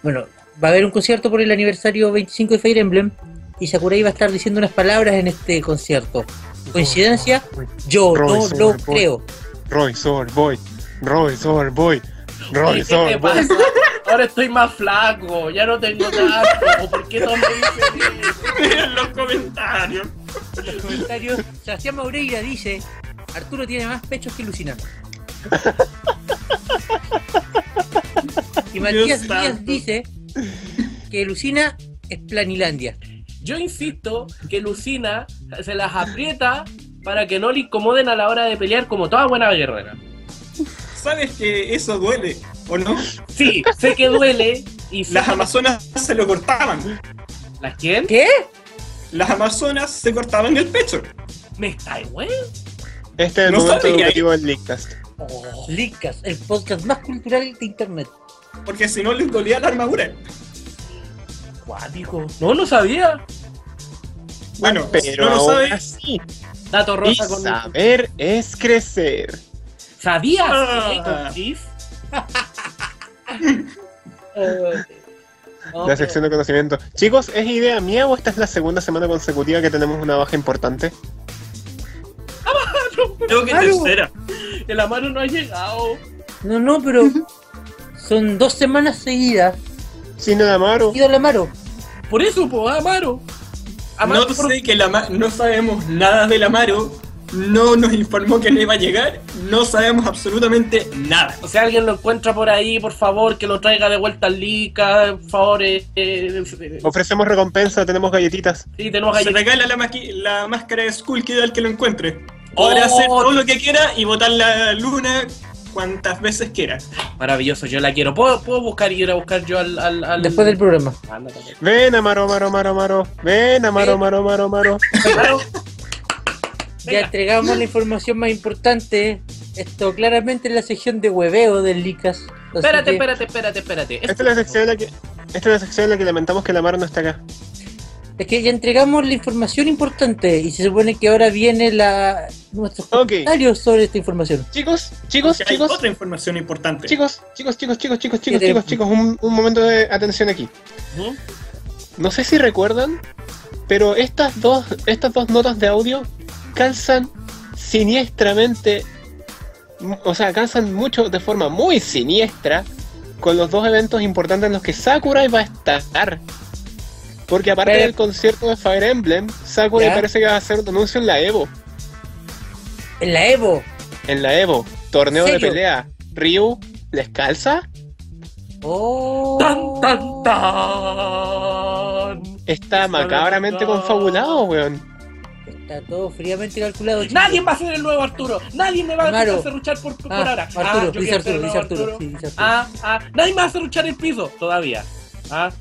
[SPEAKER 1] Bueno, va a haber un concierto por el aniversario 25 de Fire Emblem y Sakurai va a estar diciendo unas palabras en este concierto. ¿Coincidencia? Yo
[SPEAKER 4] Roy,
[SPEAKER 1] no
[SPEAKER 4] sí,
[SPEAKER 1] lo
[SPEAKER 4] Roy.
[SPEAKER 1] creo.
[SPEAKER 4] Roy, Sword Boy. Roy, Sword Boy.
[SPEAKER 2] Oye,
[SPEAKER 4] Roy,
[SPEAKER 2] ¿Qué te
[SPEAKER 4] Sword Boy.
[SPEAKER 2] pasa? Ahora estoy más flaco, ya no tengo tanto. ¿Por qué todos me dicen eso?
[SPEAKER 3] Miren los comentarios.
[SPEAKER 1] En los comentarios, Sebastián Maureira dice: Arturo tiene más pechos que Lucina. Y Matías
[SPEAKER 3] Dios santo.
[SPEAKER 1] Díaz dice que Lucina es Planilandia.
[SPEAKER 2] Yo insisto que Lucina se las aprieta para que no le incomoden a la hora de pelear como toda buena guerrera.
[SPEAKER 3] ¿Sabes que eso duele? ¿O no?
[SPEAKER 2] Sí, sé que duele y sé
[SPEAKER 3] Las
[SPEAKER 2] que-
[SPEAKER 3] amazonas se lo cortaban.
[SPEAKER 2] ¿Las quién?
[SPEAKER 1] ¿Qué?
[SPEAKER 3] Las amazonas se cortaban el pecho.
[SPEAKER 2] ¿Me está güey?
[SPEAKER 4] Este es el
[SPEAKER 3] No
[SPEAKER 4] momento
[SPEAKER 3] sabía.
[SPEAKER 4] educativo del Leakcast.
[SPEAKER 1] Licas, el podcast más cultural de internet.
[SPEAKER 3] Porque si no les dolía la armadura.
[SPEAKER 2] Cuático. No, no sabía.
[SPEAKER 3] Bueno,
[SPEAKER 4] Pero
[SPEAKER 3] no lo
[SPEAKER 4] ahora
[SPEAKER 3] sabes.
[SPEAKER 4] sí.
[SPEAKER 2] Dato
[SPEAKER 4] Y
[SPEAKER 2] rosa con.
[SPEAKER 4] saber es crecer.
[SPEAKER 2] ¿Sabías?
[SPEAKER 3] Ah.
[SPEAKER 2] que con Chief? Oh,
[SPEAKER 1] No,
[SPEAKER 4] La
[SPEAKER 1] pero-
[SPEAKER 4] sección de conocimiento. Chicos, ¿es idea mía o esta es la segunda semana consecutiva que tenemos una baja importante?
[SPEAKER 3] Creo que
[SPEAKER 1] Claro.
[SPEAKER 3] tercera.
[SPEAKER 2] El Amaro no ha llegado.
[SPEAKER 1] no, no, pero son dos semanas seguidas.
[SPEAKER 4] Sin el Amaro.
[SPEAKER 1] Ido la Maro.
[SPEAKER 2] Por eso, po, Amaro. Amaro,
[SPEAKER 3] No
[SPEAKER 2] por-
[SPEAKER 3] sé que la ma- no sabemos nada del Amaro. No nos informó que no iba a llegar. No sabemos absolutamente nada.
[SPEAKER 2] Si alguien lo encuentra por ahí, por favor, que lo traiga de vuelta al Lica, por favor. eh, eh, eh,
[SPEAKER 4] Ofrecemos recompensa, tenemos galletitas.
[SPEAKER 2] sí, tenemos
[SPEAKER 3] Se
[SPEAKER 2] galletas.
[SPEAKER 3] regala la, maqui- la máscara de Skull Kid al que lo encuentre. Podrá
[SPEAKER 2] Oh.
[SPEAKER 3] hacer todo lo que quiera y botar la luna cuantas veces quiera.
[SPEAKER 2] Maravilloso, yo la quiero. ¿Puedo, puedo buscar y ir a buscar yo al. al, al-
[SPEAKER 1] Después del programa.
[SPEAKER 2] Ándate, ándate.
[SPEAKER 4] Ven, Amaro, Amaro, Amaro, Amaro. Ven, Amaro, Amaro, Amaro, Amaro.
[SPEAKER 2] Amaro,
[SPEAKER 1] Ya
[SPEAKER 2] Venga.
[SPEAKER 1] entregamos la información más importante. Esto claramente es la sección de hueveo del Licas. Así
[SPEAKER 2] espérate,
[SPEAKER 1] que- este
[SPEAKER 2] espérate, espérate, espérate.
[SPEAKER 4] Esta es la sección en la que. Esta es la sección en la que lamentamos que el Amaro no está acá.
[SPEAKER 1] Es que ya entregamos la información importante y se supone que ahora viene la nuestros
[SPEAKER 4] Ok.
[SPEAKER 1] comentarios sobre esta información.
[SPEAKER 4] Chicos, chicos,
[SPEAKER 3] Porque hay
[SPEAKER 4] chicos.
[SPEAKER 3] otra información importante.
[SPEAKER 4] Chicos, chicos, chicos, chicos, chicos, chicos,
[SPEAKER 1] ¿Qué
[SPEAKER 4] chicos,
[SPEAKER 1] te-
[SPEAKER 4] chicos, un, un momento de atención aquí.
[SPEAKER 2] Ujú.
[SPEAKER 4] No sé si recuerdan, pero estas dos, estas dos notas de audio calzan siniestramente, m- o sea, calzan mucho de forma muy siniestra con los dos eventos importantes en los que Sakurai va a estar. Porque aparte
[SPEAKER 1] Pero-
[SPEAKER 4] del concierto de Fire Emblem, Sakurai
[SPEAKER 1] ¿Ya?
[SPEAKER 4] parece que va a hacer un anuncio en la Evo.
[SPEAKER 1] En la Evo.
[SPEAKER 4] En la Evo, torneo de
[SPEAKER 1] ¿Serio?
[SPEAKER 4] pelea. Ryu, ¿les calza?
[SPEAKER 1] Oh.
[SPEAKER 2] Tan, tan, tan.
[SPEAKER 4] Está macabramente confabulado, weón.
[SPEAKER 1] Está todo fríamente calculado. chicos.
[SPEAKER 2] Nadie va a ser el nuevo Arturo. Nadie me va
[SPEAKER 1] Amaro.
[SPEAKER 2] a cerruchar por, por
[SPEAKER 1] Ah,
[SPEAKER 2] ahora. Ah,
[SPEAKER 1] Arturo,
[SPEAKER 2] yo
[SPEAKER 1] dice
[SPEAKER 2] quiero ser
[SPEAKER 1] Arturo, dice
[SPEAKER 2] el nuevo
[SPEAKER 1] Arturo,
[SPEAKER 2] Arturo.
[SPEAKER 1] sí, dice Arturo.
[SPEAKER 2] Ah, ah, nadie me va a cerruchar el piso todavía. Ah.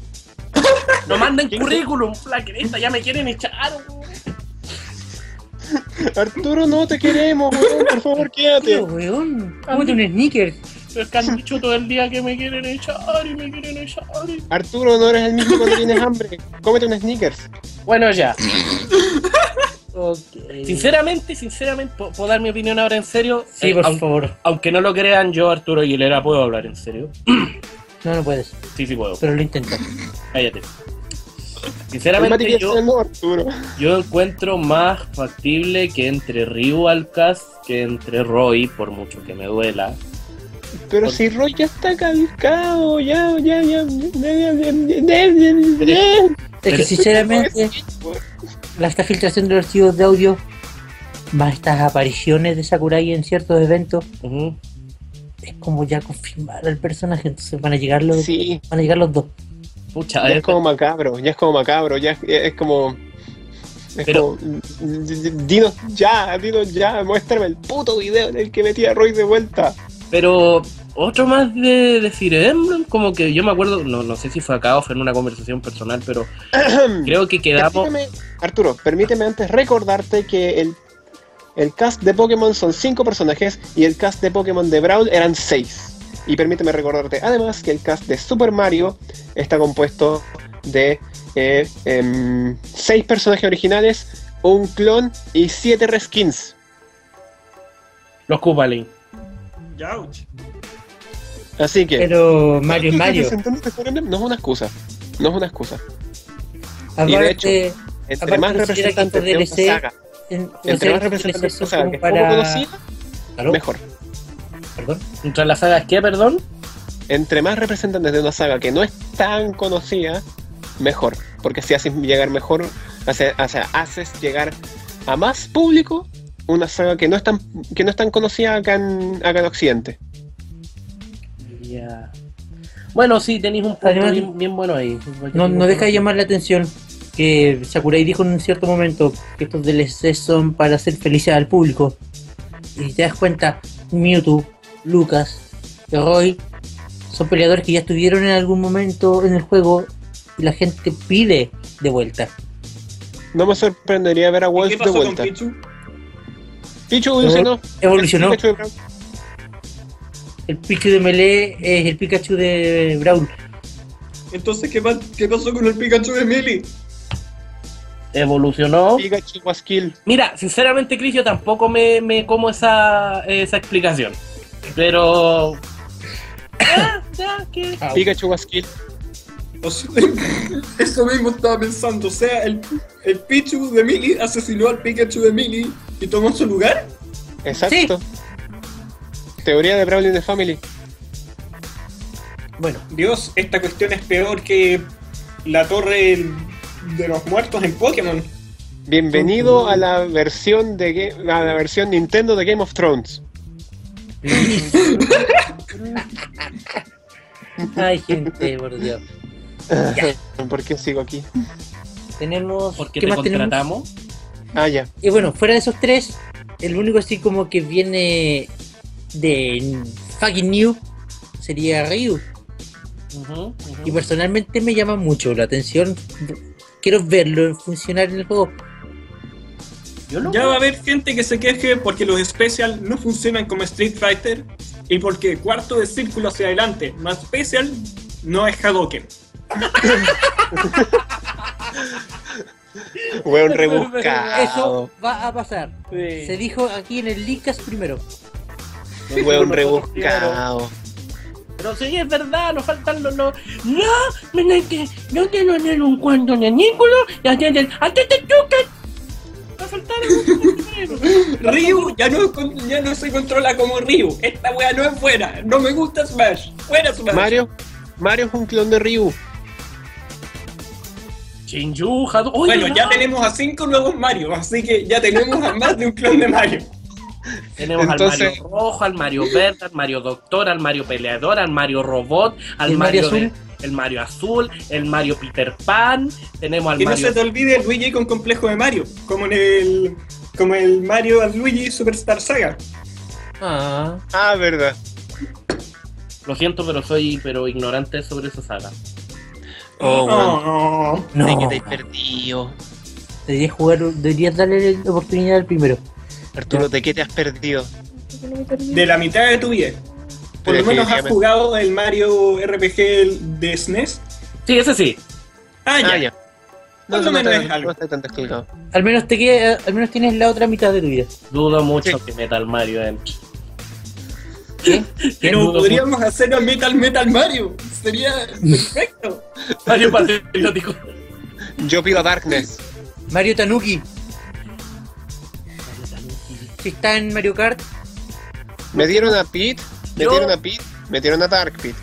[SPEAKER 2] No manden currículum, la cresta, ya me quieren echar.
[SPEAKER 4] Arturo, no te queremos, weón, por favor, quédate.
[SPEAKER 1] Tío, weón. Cómete un sneaker.
[SPEAKER 2] Es que han dicho todo el día que me quieren echar y me quieren echar. y-
[SPEAKER 4] Arturo, no eres el mismo cuando tienes hambre. Cómete un sneakers.
[SPEAKER 2] Bueno, ya.
[SPEAKER 1] Ok.
[SPEAKER 2] Sinceramente, sinceramente, ¿puedo, puedo dar mi opinión ahora en serio?
[SPEAKER 1] Sí,
[SPEAKER 2] Eh,
[SPEAKER 1] por
[SPEAKER 2] aun-
[SPEAKER 1] favor.
[SPEAKER 2] Aunque no lo crean, yo, Arturo Aguilera, puedo hablar en serio.
[SPEAKER 1] No, no puedes.
[SPEAKER 2] Sí, sí puedo.
[SPEAKER 1] Pero lo intento.
[SPEAKER 2] Cállate.
[SPEAKER 4] El Mati
[SPEAKER 2] Sinceramente,
[SPEAKER 4] quiere
[SPEAKER 2] yo.
[SPEAKER 4] ser el nuevo Arturo.
[SPEAKER 2] Yo encuentro más factible que entre Ryu Alcas que entre Roy, por mucho que me duela.
[SPEAKER 4] Pero si Roy ya está caducado, ya, ya, ya. ya, ya, ya, ya, ya, ya.
[SPEAKER 1] Es que
[SPEAKER 2] Pero-
[SPEAKER 1] sinceramente, la, esta filtración de los archivos de audio, más estas apariciones de Sakurai en ciertos eventos,
[SPEAKER 2] Ujú.
[SPEAKER 1] es como ya confirmar al personaje. Entonces van a llegar los,
[SPEAKER 4] Sí,
[SPEAKER 1] van a llegar los dos.
[SPEAKER 2] Pucha, este,
[SPEAKER 4] ya
[SPEAKER 2] es-
[SPEAKER 4] es como macabro, ya es como macabro, ya es, eh, es como. Es
[SPEAKER 2] Pero-
[SPEAKER 4] como. Dinos ya, dinos ya, muéstrame el puto video en el que metí a Roy de vuelta.
[SPEAKER 2] pero otro más de, de Fire Emblem, como que yo me acuerdo, no, no sé si fue acá o fue en una conversación personal, pero creo que quedamos.
[SPEAKER 4] Permíteme, Arturo, permíteme antes recordarte que el, el cast de Pokémon son 5 personajes y el cast de Pokémon de Brawl eran 6. Y permíteme recordarte además que el cast de Super Mario está compuesto de 6 personajes originales, un clon y 7 reskins.
[SPEAKER 2] Los Koopalings.
[SPEAKER 3] Yauch.
[SPEAKER 4] Así que...
[SPEAKER 1] Pero Mario es Mario.
[SPEAKER 4] No es una excusa. No es una excusa. Y de hecho,
[SPEAKER 1] Aparte,
[SPEAKER 4] Entre
[SPEAKER 1] Aparte,
[SPEAKER 4] más
[SPEAKER 1] considera que estos
[SPEAKER 4] representantes de una
[SPEAKER 1] DLC
[SPEAKER 4] saga,
[SPEAKER 1] en- no sé,
[SPEAKER 4] entre más
[SPEAKER 1] los
[SPEAKER 4] representantes
[SPEAKER 1] DLCs
[SPEAKER 4] de
[SPEAKER 1] son
[SPEAKER 4] una saga
[SPEAKER 1] como
[SPEAKER 4] que es poco
[SPEAKER 1] para...
[SPEAKER 4] conocida,
[SPEAKER 1] ¿Aló?
[SPEAKER 4] mejor.
[SPEAKER 1] Perdón.
[SPEAKER 2] ¿Contra las sagas qué, perdón?
[SPEAKER 4] entre más representantes de una saga que no es tan conocida, mejor. Porque si haces llegar mejor, hace- o sea, haces llegar a más público una saga que no es tan, que no es tan conocida acá en, acá en Occidente.
[SPEAKER 2] Ya. Bueno, sí, tenéis un punto
[SPEAKER 1] Además-
[SPEAKER 2] bien, bien bueno ahí.
[SPEAKER 1] No, no deja de llamar la atención que Sakurai dijo en un cierto momento que estos DLCs son para hacer felicidad al público. Y si te das cuenta, Mewtwo, Lucas, Roy son peleadores que ya estuvieron en algún momento en el juego y la gente pide de vuelta.
[SPEAKER 4] No me sorprendería ver a
[SPEAKER 3] ¿Y
[SPEAKER 4] Wolf
[SPEAKER 3] ¿Qué
[SPEAKER 4] de
[SPEAKER 3] pasó con
[SPEAKER 4] vuelta.
[SPEAKER 3] Pichu?
[SPEAKER 4] Pichu evolucionó.
[SPEAKER 1] Evolucionó.
[SPEAKER 4] Pikachu de Brown.
[SPEAKER 1] El Pikachu de Melee es el Pikachu de Brawl.
[SPEAKER 3] Entonces, ¿qué, pa- ¿qué pasó con el Pikachu de Mili?
[SPEAKER 2] Evolucionó.
[SPEAKER 4] Pikachu was kill.
[SPEAKER 2] Mira, sinceramente, Cris, yo tampoco me, me como esa, esa explicación. Pero. Ah, ya, ¿qué?
[SPEAKER 4] Pikachu was kill.
[SPEAKER 3] O sea, eso mismo estaba pensando. O sea, el, el Pichu de Mili asesinó al Pikachu de Mili y tomó su lugar.
[SPEAKER 4] Exacto. Teoría de Brawling the Family.
[SPEAKER 1] Bueno,
[SPEAKER 3] Dios, esta cuestión es peor que la torre de los muertos en Pokémon.
[SPEAKER 4] Bienvenido a la versión de Ga- a la versión Nintendo de Game of Thrones.
[SPEAKER 1] hay gente, por Dios.
[SPEAKER 4] ¿Por qué sigo aquí?
[SPEAKER 1] Tenemos.
[SPEAKER 2] Porque
[SPEAKER 1] ¿qué
[SPEAKER 2] te
[SPEAKER 1] más tenemos?
[SPEAKER 2] contratamos.
[SPEAKER 4] Ah, ya.
[SPEAKER 1] Y bueno, fuera de esos tres, el único así como que viene de fucking new sería Ryu.
[SPEAKER 2] Ujú, ujú.
[SPEAKER 1] Y personalmente me llama mucho la atención. Quiero verlo funcionar en el juego.
[SPEAKER 2] Yo lo-
[SPEAKER 3] Ya va a haber gente que se queje porque los special no funcionan como Street Fighter y porque cuarto de círculo hacia adelante más special no es Hadoken.
[SPEAKER 4] Weón
[SPEAKER 1] Eso
[SPEAKER 4] rebuscado.
[SPEAKER 1] va a pasar.
[SPEAKER 2] Sí.
[SPEAKER 1] Se dijo aquí en el Lincas primero.
[SPEAKER 2] Nosotros
[SPEAKER 4] Weón rebuscado.
[SPEAKER 2] Pero sí, es verdad, nos faltan los... los- No, mira que yo quiero tener un cuento de Nicolás y hacer el... ¡Antes te chocan! Va a faltar el...
[SPEAKER 3] Ryu ya no, con- ya no se controla como Ryu. Esta wea no es buena. No me gusta Smash. Fuera Smash.
[SPEAKER 4] Mario, Mario es un clon de Ryu.
[SPEAKER 2] Shinju, Hado- Oye,
[SPEAKER 3] bueno, ya
[SPEAKER 2] no.
[SPEAKER 3] tenemos a cinco nuevos Mario, así que ya tenemos a más de un clon de Mario.
[SPEAKER 2] Tenemos al
[SPEAKER 4] Entonces-
[SPEAKER 2] Mario Rojo, al Mario Verde, al Mario Doctor, al Mario Peleador, al Mario Robot, al
[SPEAKER 1] ¿Y el
[SPEAKER 2] Mario,
[SPEAKER 1] Mario
[SPEAKER 2] de- el Mario Azul, el Mario Peter Pan, tenemos al
[SPEAKER 3] Y no
[SPEAKER 2] Mario...
[SPEAKER 3] se te olvide el Luigi con complejo de Mario, como en el, como el Mario and Luigi Superstar Saga.
[SPEAKER 1] Ah,
[SPEAKER 4] Ah, verdad.
[SPEAKER 2] Lo siento, pero soy pero ignorante sobre esa saga.
[SPEAKER 4] Oh, weón.
[SPEAKER 3] Oh,
[SPEAKER 1] no.
[SPEAKER 4] Te quedé perdido.
[SPEAKER 1] Deberías jugar, deberías darle la oportunidad al primero.
[SPEAKER 4] Arturo, ¿de qué te has perdido?
[SPEAKER 3] de la mitad de tu vida. Por lo menos has
[SPEAKER 4] Definitivamente.
[SPEAKER 3] jugado el Mario RPG de SNES.
[SPEAKER 2] Sí, ese sí.
[SPEAKER 3] Ah, ya.
[SPEAKER 4] Ah, ya. No,
[SPEAKER 3] Por
[SPEAKER 4] no,
[SPEAKER 3] lo
[SPEAKER 4] no,
[SPEAKER 3] menos
[SPEAKER 4] está-
[SPEAKER 3] es algo.
[SPEAKER 4] no está tan descolgado.
[SPEAKER 1] Al menos te queda, al menos tienes la otra mitad de tu vida.
[SPEAKER 2] Dudo mucho
[SPEAKER 4] Sí.
[SPEAKER 2] que meta al Mario dentro.
[SPEAKER 1] ¿Qué?
[SPEAKER 3] Pero
[SPEAKER 2] dudo
[SPEAKER 3] podríamos hacer a Metal Metal Mario. Sería perfecto.
[SPEAKER 2] Mario Patriótico.
[SPEAKER 4] Yo pido a Darkness.
[SPEAKER 1] Mario Tanuki. Si está en Mario Kart,
[SPEAKER 4] Me dieron a Pete, me
[SPEAKER 2] Yo-
[SPEAKER 4] dieron a Pete, me dieron a Dark Pete.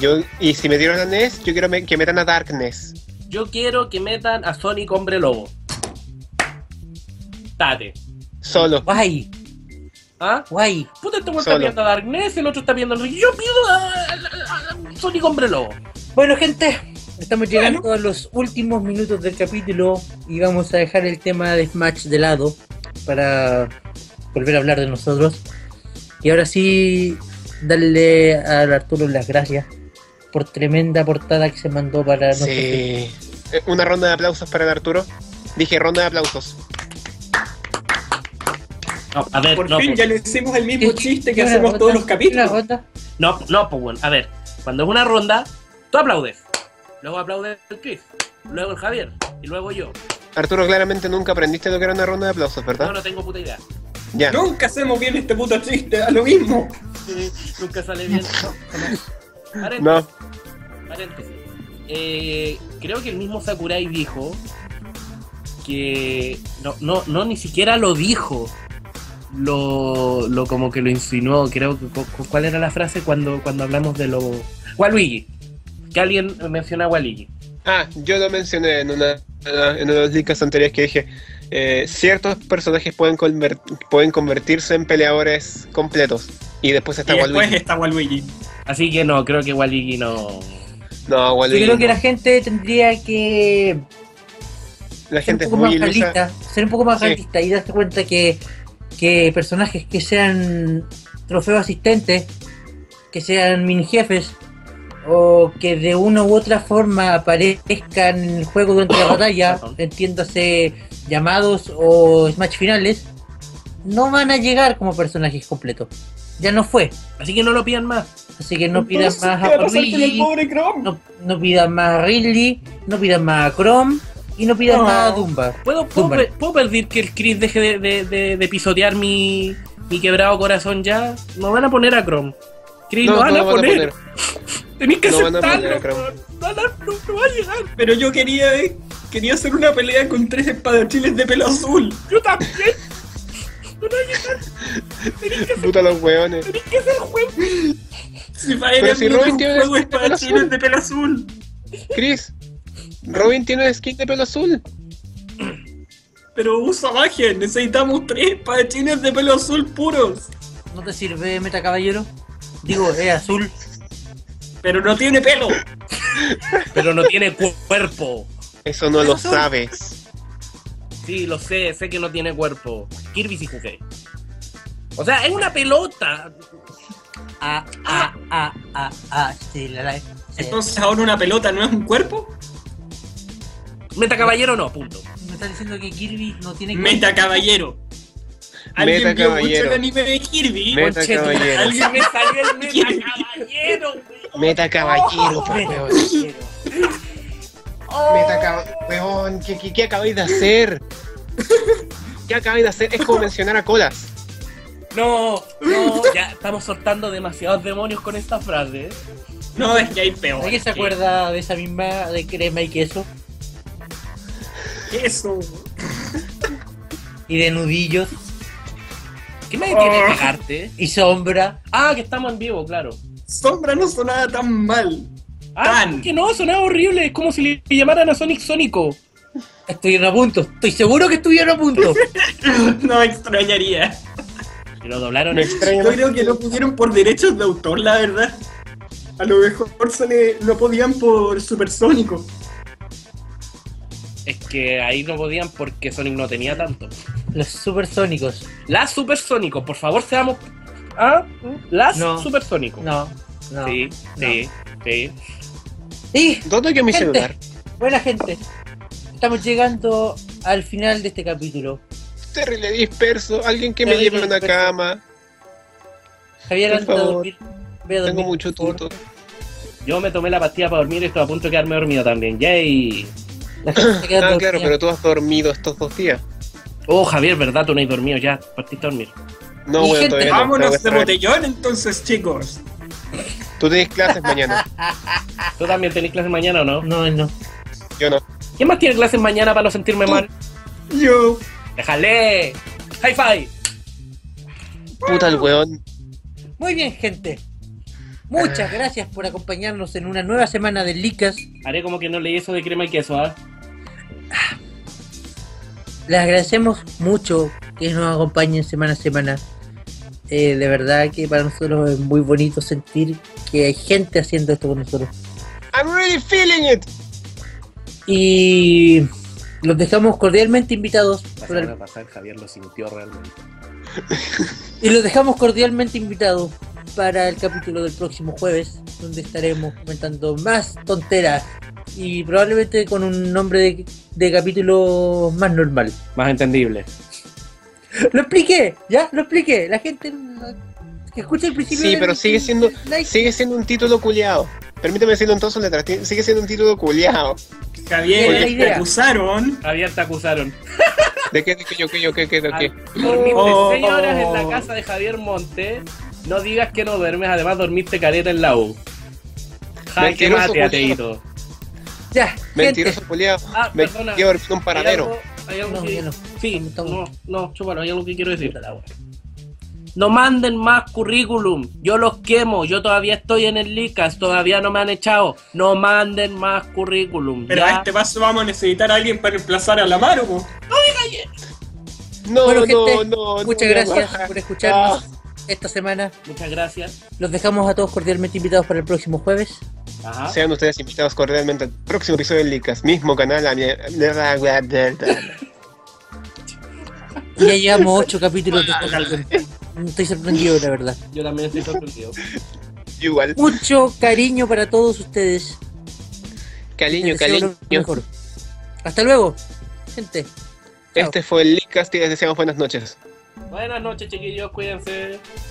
[SPEAKER 4] Yo, y si me dieron a Ness, yo quiero me- que metan a Darkness.
[SPEAKER 2] Yo quiero que metan a Sonic Hombre Lobo. Tate.
[SPEAKER 4] Solo.
[SPEAKER 1] guay,
[SPEAKER 2] ¿Ah?
[SPEAKER 1] guay.
[SPEAKER 2] Puta, este weón está
[SPEAKER 4] Solo.
[SPEAKER 2] viendo a Darkness, el otro está viendo el... Yo pido a, a- a- a Sonic Hombre Lobo.
[SPEAKER 1] Bueno, gente, estamos llegando a los últimos minutos del capítulo y vamos a dejar el tema de Smash de lado para volver a hablar de nosotros. Y ahora sí, darle a Arturo las gracias por tremenda portada que se mandó para nosotros.
[SPEAKER 4] Sí. Eh, Una ronda de aplausos para el Arturo. Dije ronda de aplausos.
[SPEAKER 2] No, a ver,
[SPEAKER 3] Por
[SPEAKER 2] no,
[SPEAKER 3] fin
[SPEAKER 2] pues.
[SPEAKER 3] ya le hicimos el mismo chiste que
[SPEAKER 1] Una
[SPEAKER 3] hacemos
[SPEAKER 1] gota,
[SPEAKER 3] todos los
[SPEAKER 1] una
[SPEAKER 3] capítulos.
[SPEAKER 1] gota.
[SPEAKER 2] No, no, pues bueno, a ver, cuando es una ronda, tú aplaudes. Luego aplaude el Chris, luego el Javier, y luego yo.
[SPEAKER 4] Arturo, claramente nunca aprendiste lo que era una ronda de aplausos,
[SPEAKER 2] No,
[SPEAKER 4] ¿verdad?
[SPEAKER 2] no tengo puta idea.
[SPEAKER 4] Ya.
[SPEAKER 3] Nunca hacemos bien este puto chiste, a lo mismo.
[SPEAKER 2] Nunca sale bien. Jamás. Paréntesis,
[SPEAKER 4] No.
[SPEAKER 2] paréntesis. Eh, creo que el mismo Sakurai dijo que no, no, no, ni siquiera lo dijo. lo, lo como que lo insinuó, creo que cu- cu- cuál era la frase cuando, cuando hablamos de lo Waluigi. Que alguien menciona a Waluigi.
[SPEAKER 4] Ah, yo lo mencioné en una, en una de las ligas anteriores que dije, eh, ciertos personajes pueden, conver- pueden convertirse en peleadores completos. Y después está
[SPEAKER 3] Y después
[SPEAKER 4] Waluigi.
[SPEAKER 3] está Waluigi.
[SPEAKER 2] Así que no, creo que Waluigi no.
[SPEAKER 4] No, Waluigi.
[SPEAKER 1] Yo creo que
[SPEAKER 4] no.
[SPEAKER 1] la gente tendría que ser
[SPEAKER 4] La
[SPEAKER 1] un
[SPEAKER 4] gente es
[SPEAKER 1] poco
[SPEAKER 4] muy
[SPEAKER 1] más
[SPEAKER 4] ilusa.
[SPEAKER 1] realista, ser un poco más
[SPEAKER 4] Sí.
[SPEAKER 1] realista y darse cuenta que, que personajes que sean trofeos asistentes, que sean mini jefes, o que de una u otra forma aparezcan en el juego durante la batalla,
[SPEAKER 2] Perdón.
[SPEAKER 1] entiéndase llamados o smash finales, no van a llegar como personajes completos. Ya no fue,
[SPEAKER 2] Así que no lo pidan más.
[SPEAKER 1] así que no pidas más
[SPEAKER 3] Entonces, ¿qué va
[SPEAKER 1] a
[SPEAKER 3] a pasar con el
[SPEAKER 1] Parrilli,
[SPEAKER 3] pobre Chrome?
[SPEAKER 1] no, no pidas más a Ridley, no pidas más a Chrome y no pidas
[SPEAKER 3] No.
[SPEAKER 1] más a Dumba.
[SPEAKER 2] ¿Puedo, puedo,
[SPEAKER 1] Zúmbale.
[SPEAKER 2] pe- puedo pedir que el Chris deje de, de- de- de pisotear mi, mi quebrado corazón ya? No van a poner a Chrome. Chris, no,
[SPEAKER 4] No,
[SPEAKER 2] van,
[SPEAKER 4] no
[SPEAKER 2] a
[SPEAKER 4] lo van a
[SPEAKER 2] poner.
[SPEAKER 4] poner.
[SPEAKER 2] Tenéis que
[SPEAKER 4] No van a
[SPEAKER 2] aceptarlo.
[SPEAKER 4] poner a Chrome.
[SPEAKER 2] weón. No, no, no, no va a llegar.
[SPEAKER 3] Pero yo quería, eh, quería hacer una pelea con tres espadachiles de pelo azul.
[SPEAKER 2] Yo también. No va a llegar. Tenéis que,
[SPEAKER 4] Puta los hueones.
[SPEAKER 2] tenéis que hacer juego.
[SPEAKER 3] Si
[SPEAKER 4] Pero
[SPEAKER 3] Fire
[SPEAKER 4] si
[SPEAKER 3] Emblem
[SPEAKER 4] Robin
[SPEAKER 3] es un
[SPEAKER 4] tiene
[SPEAKER 3] juego de
[SPEAKER 4] este pelo
[SPEAKER 3] espadachines
[SPEAKER 4] azul.
[SPEAKER 3] de pelo azul.
[SPEAKER 4] Chris, Robin tiene skin de pelo azul.
[SPEAKER 3] Pero usa magia, necesitamos tres espadachines de pelo azul puros.
[SPEAKER 1] ¿No te sirve Meta Caballero? Digo, es azul.
[SPEAKER 3] Pero no tiene pelo.
[SPEAKER 2] Pero no tiene cu- cuerpo.
[SPEAKER 4] Eso no
[SPEAKER 1] Pelo
[SPEAKER 4] lo
[SPEAKER 1] azul.
[SPEAKER 4] sabes.
[SPEAKER 2] Sí, lo sé, sé que no tiene cuerpo. Kirby sí jugué. O sea, es una pelota.
[SPEAKER 1] Ah, ah, ah, ah, ah. Sí, la, la, sí.
[SPEAKER 3] Entonces ahora una pelota no es un cuerpo.
[SPEAKER 2] Meta caballero no, punto.
[SPEAKER 1] Me estás diciendo que Kirby no tiene
[SPEAKER 3] Meta caballero. Alguien
[SPEAKER 4] Meta
[SPEAKER 3] vio mucho
[SPEAKER 4] caballero.
[SPEAKER 3] el anime de Kirby.
[SPEAKER 4] Meta
[SPEAKER 2] Conche tu-
[SPEAKER 4] caballero.
[SPEAKER 2] Alguien me salió el meta caballero. güey.
[SPEAKER 4] Meta
[SPEAKER 1] Oh,
[SPEAKER 4] caballero, pues, hueón. Meta caballero. Hueón, ¿qué, qué, qué acabáis de hacer? ¿Qué acabáis de hacer? Es como mencionar a colas.
[SPEAKER 2] No, no, ya estamos soltando demasiados demonios con esta frase. ¿eh?
[SPEAKER 3] No, es que hay peor.
[SPEAKER 1] ¿Alguien se acuerda de esa misma de crema y queso?
[SPEAKER 3] Eso.
[SPEAKER 1] Y de nudillos.
[SPEAKER 2] ¿Qué me
[SPEAKER 4] Oh.
[SPEAKER 2] detiene pegarte?
[SPEAKER 1] Y sombra.
[SPEAKER 2] Ah, que estamos en vivo, claro.
[SPEAKER 3] Sombra no sonaba tan mal.
[SPEAKER 2] Ah,
[SPEAKER 3] Tan.
[SPEAKER 2] que no, sonaba horrible. Es como si le llamaran a Sonic Sónico.
[SPEAKER 1] Estuvieron a punto. Estoy seguro que estuvieron a punto.
[SPEAKER 3] No me extrañaría.
[SPEAKER 2] Y lo doblaron.
[SPEAKER 4] Me extraña.
[SPEAKER 3] Yo creo que lo pusieron por derechos de autor, la verdad. A lo mejor se le, lo podían por supersónico.
[SPEAKER 2] Es que ahí no podían porque Sonic no tenía tanto.
[SPEAKER 1] Los supersónicos.
[SPEAKER 2] Las Supersónicos, por favor, seamos. ¿Ah? Las
[SPEAKER 1] No.
[SPEAKER 2] Supersónicos.
[SPEAKER 1] No, no.
[SPEAKER 2] sí, sí, sí.
[SPEAKER 1] Y,
[SPEAKER 4] ¿Dónde quedó mi
[SPEAKER 1] Gente.
[SPEAKER 4] celular?
[SPEAKER 1] buena gente. Estamos llegando al final de este capítulo.
[SPEAKER 4] Terrible disperso. Alguien que me
[SPEAKER 1] Terrible
[SPEAKER 4] lleve a una
[SPEAKER 1] disperso.
[SPEAKER 4] cama.
[SPEAKER 1] Javier,
[SPEAKER 4] Por
[SPEAKER 1] anda a
[SPEAKER 4] favor.
[SPEAKER 1] dormir. Ve a dormir,
[SPEAKER 4] Tengo mucho
[SPEAKER 1] por favor.
[SPEAKER 4] tuto.
[SPEAKER 2] Yo me tomé la pastilla para dormir y estoy a punto de quedarme dormido también. ¡Yay!
[SPEAKER 1] La gente se queda
[SPEAKER 4] Ah,
[SPEAKER 1] dormida.
[SPEAKER 4] claro, pero tú has dormido estos dos días.
[SPEAKER 2] Oh, Javier, ¿verdad? Tú no has dormido ya. Partiste a dormir.
[SPEAKER 4] No,
[SPEAKER 1] Y
[SPEAKER 4] bueno,
[SPEAKER 1] gente,
[SPEAKER 4] todavía no. tengo que
[SPEAKER 3] Vámonos de
[SPEAKER 4] esperar.
[SPEAKER 3] botellón entonces, chicos.
[SPEAKER 4] Tú tienes clases mañana.
[SPEAKER 2] ¿Tú también tenés clases mañana o no?
[SPEAKER 1] No, no.
[SPEAKER 4] Yo no.
[SPEAKER 2] ¿Quién más tiene clases mañana para no sentirme mal?
[SPEAKER 3] Yo.
[SPEAKER 2] ¡Déjale! ¡High five!
[SPEAKER 4] Puta el weón.
[SPEAKER 1] Muy bien, gente. Muchas
[SPEAKER 4] Ah.
[SPEAKER 1] gracias por acompañarnos en una nueva semana de Licas.
[SPEAKER 2] Haré como que no leí eso de crema y queso, ¿ah?
[SPEAKER 1] Les agradecemos mucho que nos acompañen semana a semana. Eh, de verdad que para nosotros es muy bonito sentir que hay gente haciendo esto con nosotros.
[SPEAKER 4] I'm really feeling it.
[SPEAKER 1] Y los dejamos cordialmente invitados.
[SPEAKER 2] La
[SPEAKER 1] por el-
[SPEAKER 2] semana pasada Javier lo sintió realmente.
[SPEAKER 1] y los dejamos cordialmente invitados para el capítulo del próximo jueves, donde estaremos comentando más tonteras y probablemente con un nombre de- de capítulo más normal.
[SPEAKER 2] Más entendible.
[SPEAKER 1] Lo expliqué, ya, lo expliqué. La gente no- que escucha el principio.
[SPEAKER 4] Sí,
[SPEAKER 1] del-
[SPEAKER 4] pero sigue siendo-
[SPEAKER 1] del like,
[SPEAKER 4] Sigue siendo un título culiado. Permíteme decirlo en todas sus letras. Ti- Sigue siendo un título culiado.
[SPEAKER 1] Era la
[SPEAKER 3] Javier, te
[SPEAKER 1] idea.
[SPEAKER 3] acusaron.
[SPEAKER 2] Javier, te acusaron.
[SPEAKER 4] ¿De qué? ¿De qué? ¿Yo qué? ¿Yo qué? ¿Qué? ¿De qué?
[SPEAKER 1] Ah,
[SPEAKER 2] Dormiste
[SPEAKER 3] Oh.
[SPEAKER 2] seis horas en la casa de Javier Monte. No digas que no duermes, además dormiste careta en la U. Jaque
[SPEAKER 4] Mentiroso,
[SPEAKER 2] mate,
[SPEAKER 4] culiao.
[SPEAKER 2] ateíto.
[SPEAKER 1] Ya, gente.
[SPEAKER 4] Mentiroso culiado.
[SPEAKER 2] Ah,
[SPEAKER 4] Me
[SPEAKER 2] perdona.
[SPEAKER 4] quiero dormir en un paradero.
[SPEAKER 2] ¿Hay algo, hay algo
[SPEAKER 1] No,
[SPEAKER 2] que-
[SPEAKER 1] ya no.
[SPEAKER 2] Sí,
[SPEAKER 1] Toma, toma.
[SPEAKER 2] no, no, chúpalo, hay algo que quiero decir. No manden más currículum. Yo los quemo. Yo todavía estoy en el LICAS. Todavía no me han echado. No manden más currículum.
[SPEAKER 3] Pero
[SPEAKER 2] ya.
[SPEAKER 3] a este paso vamos a necesitar a alguien para reemplazar a la mano, po.
[SPEAKER 4] No,
[SPEAKER 1] bueno,
[SPEAKER 4] no,
[SPEAKER 1] gente,
[SPEAKER 4] no, no.
[SPEAKER 1] muchas
[SPEAKER 4] no,
[SPEAKER 1] gracias
[SPEAKER 4] no. Ah.
[SPEAKER 1] por escucharnos esta semana.
[SPEAKER 2] Muchas gracias.
[SPEAKER 1] Los dejamos a todos cordialmente invitados para el próximo jueves.
[SPEAKER 2] Ajá.
[SPEAKER 4] Sean ustedes invitados cordialmente al próximo episodio del Licas, mismo canal. A mi...
[SPEAKER 1] Ya llevamos ocho capítulos de esta canción. Estoy sorprendido, la verdad.
[SPEAKER 2] Yo también estoy sorprendido.
[SPEAKER 4] Igual.
[SPEAKER 1] Mucho cariño para todos ustedes. Les
[SPEAKER 4] Caliño,
[SPEAKER 1] deseo
[SPEAKER 4] caliño.
[SPEAKER 1] lo mejor. Hasta luego, gente.
[SPEAKER 4] Este fue el Licas y les deseamos buenas noches.
[SPEAKER 2] Buenas noches, chiquillos. Cuídense.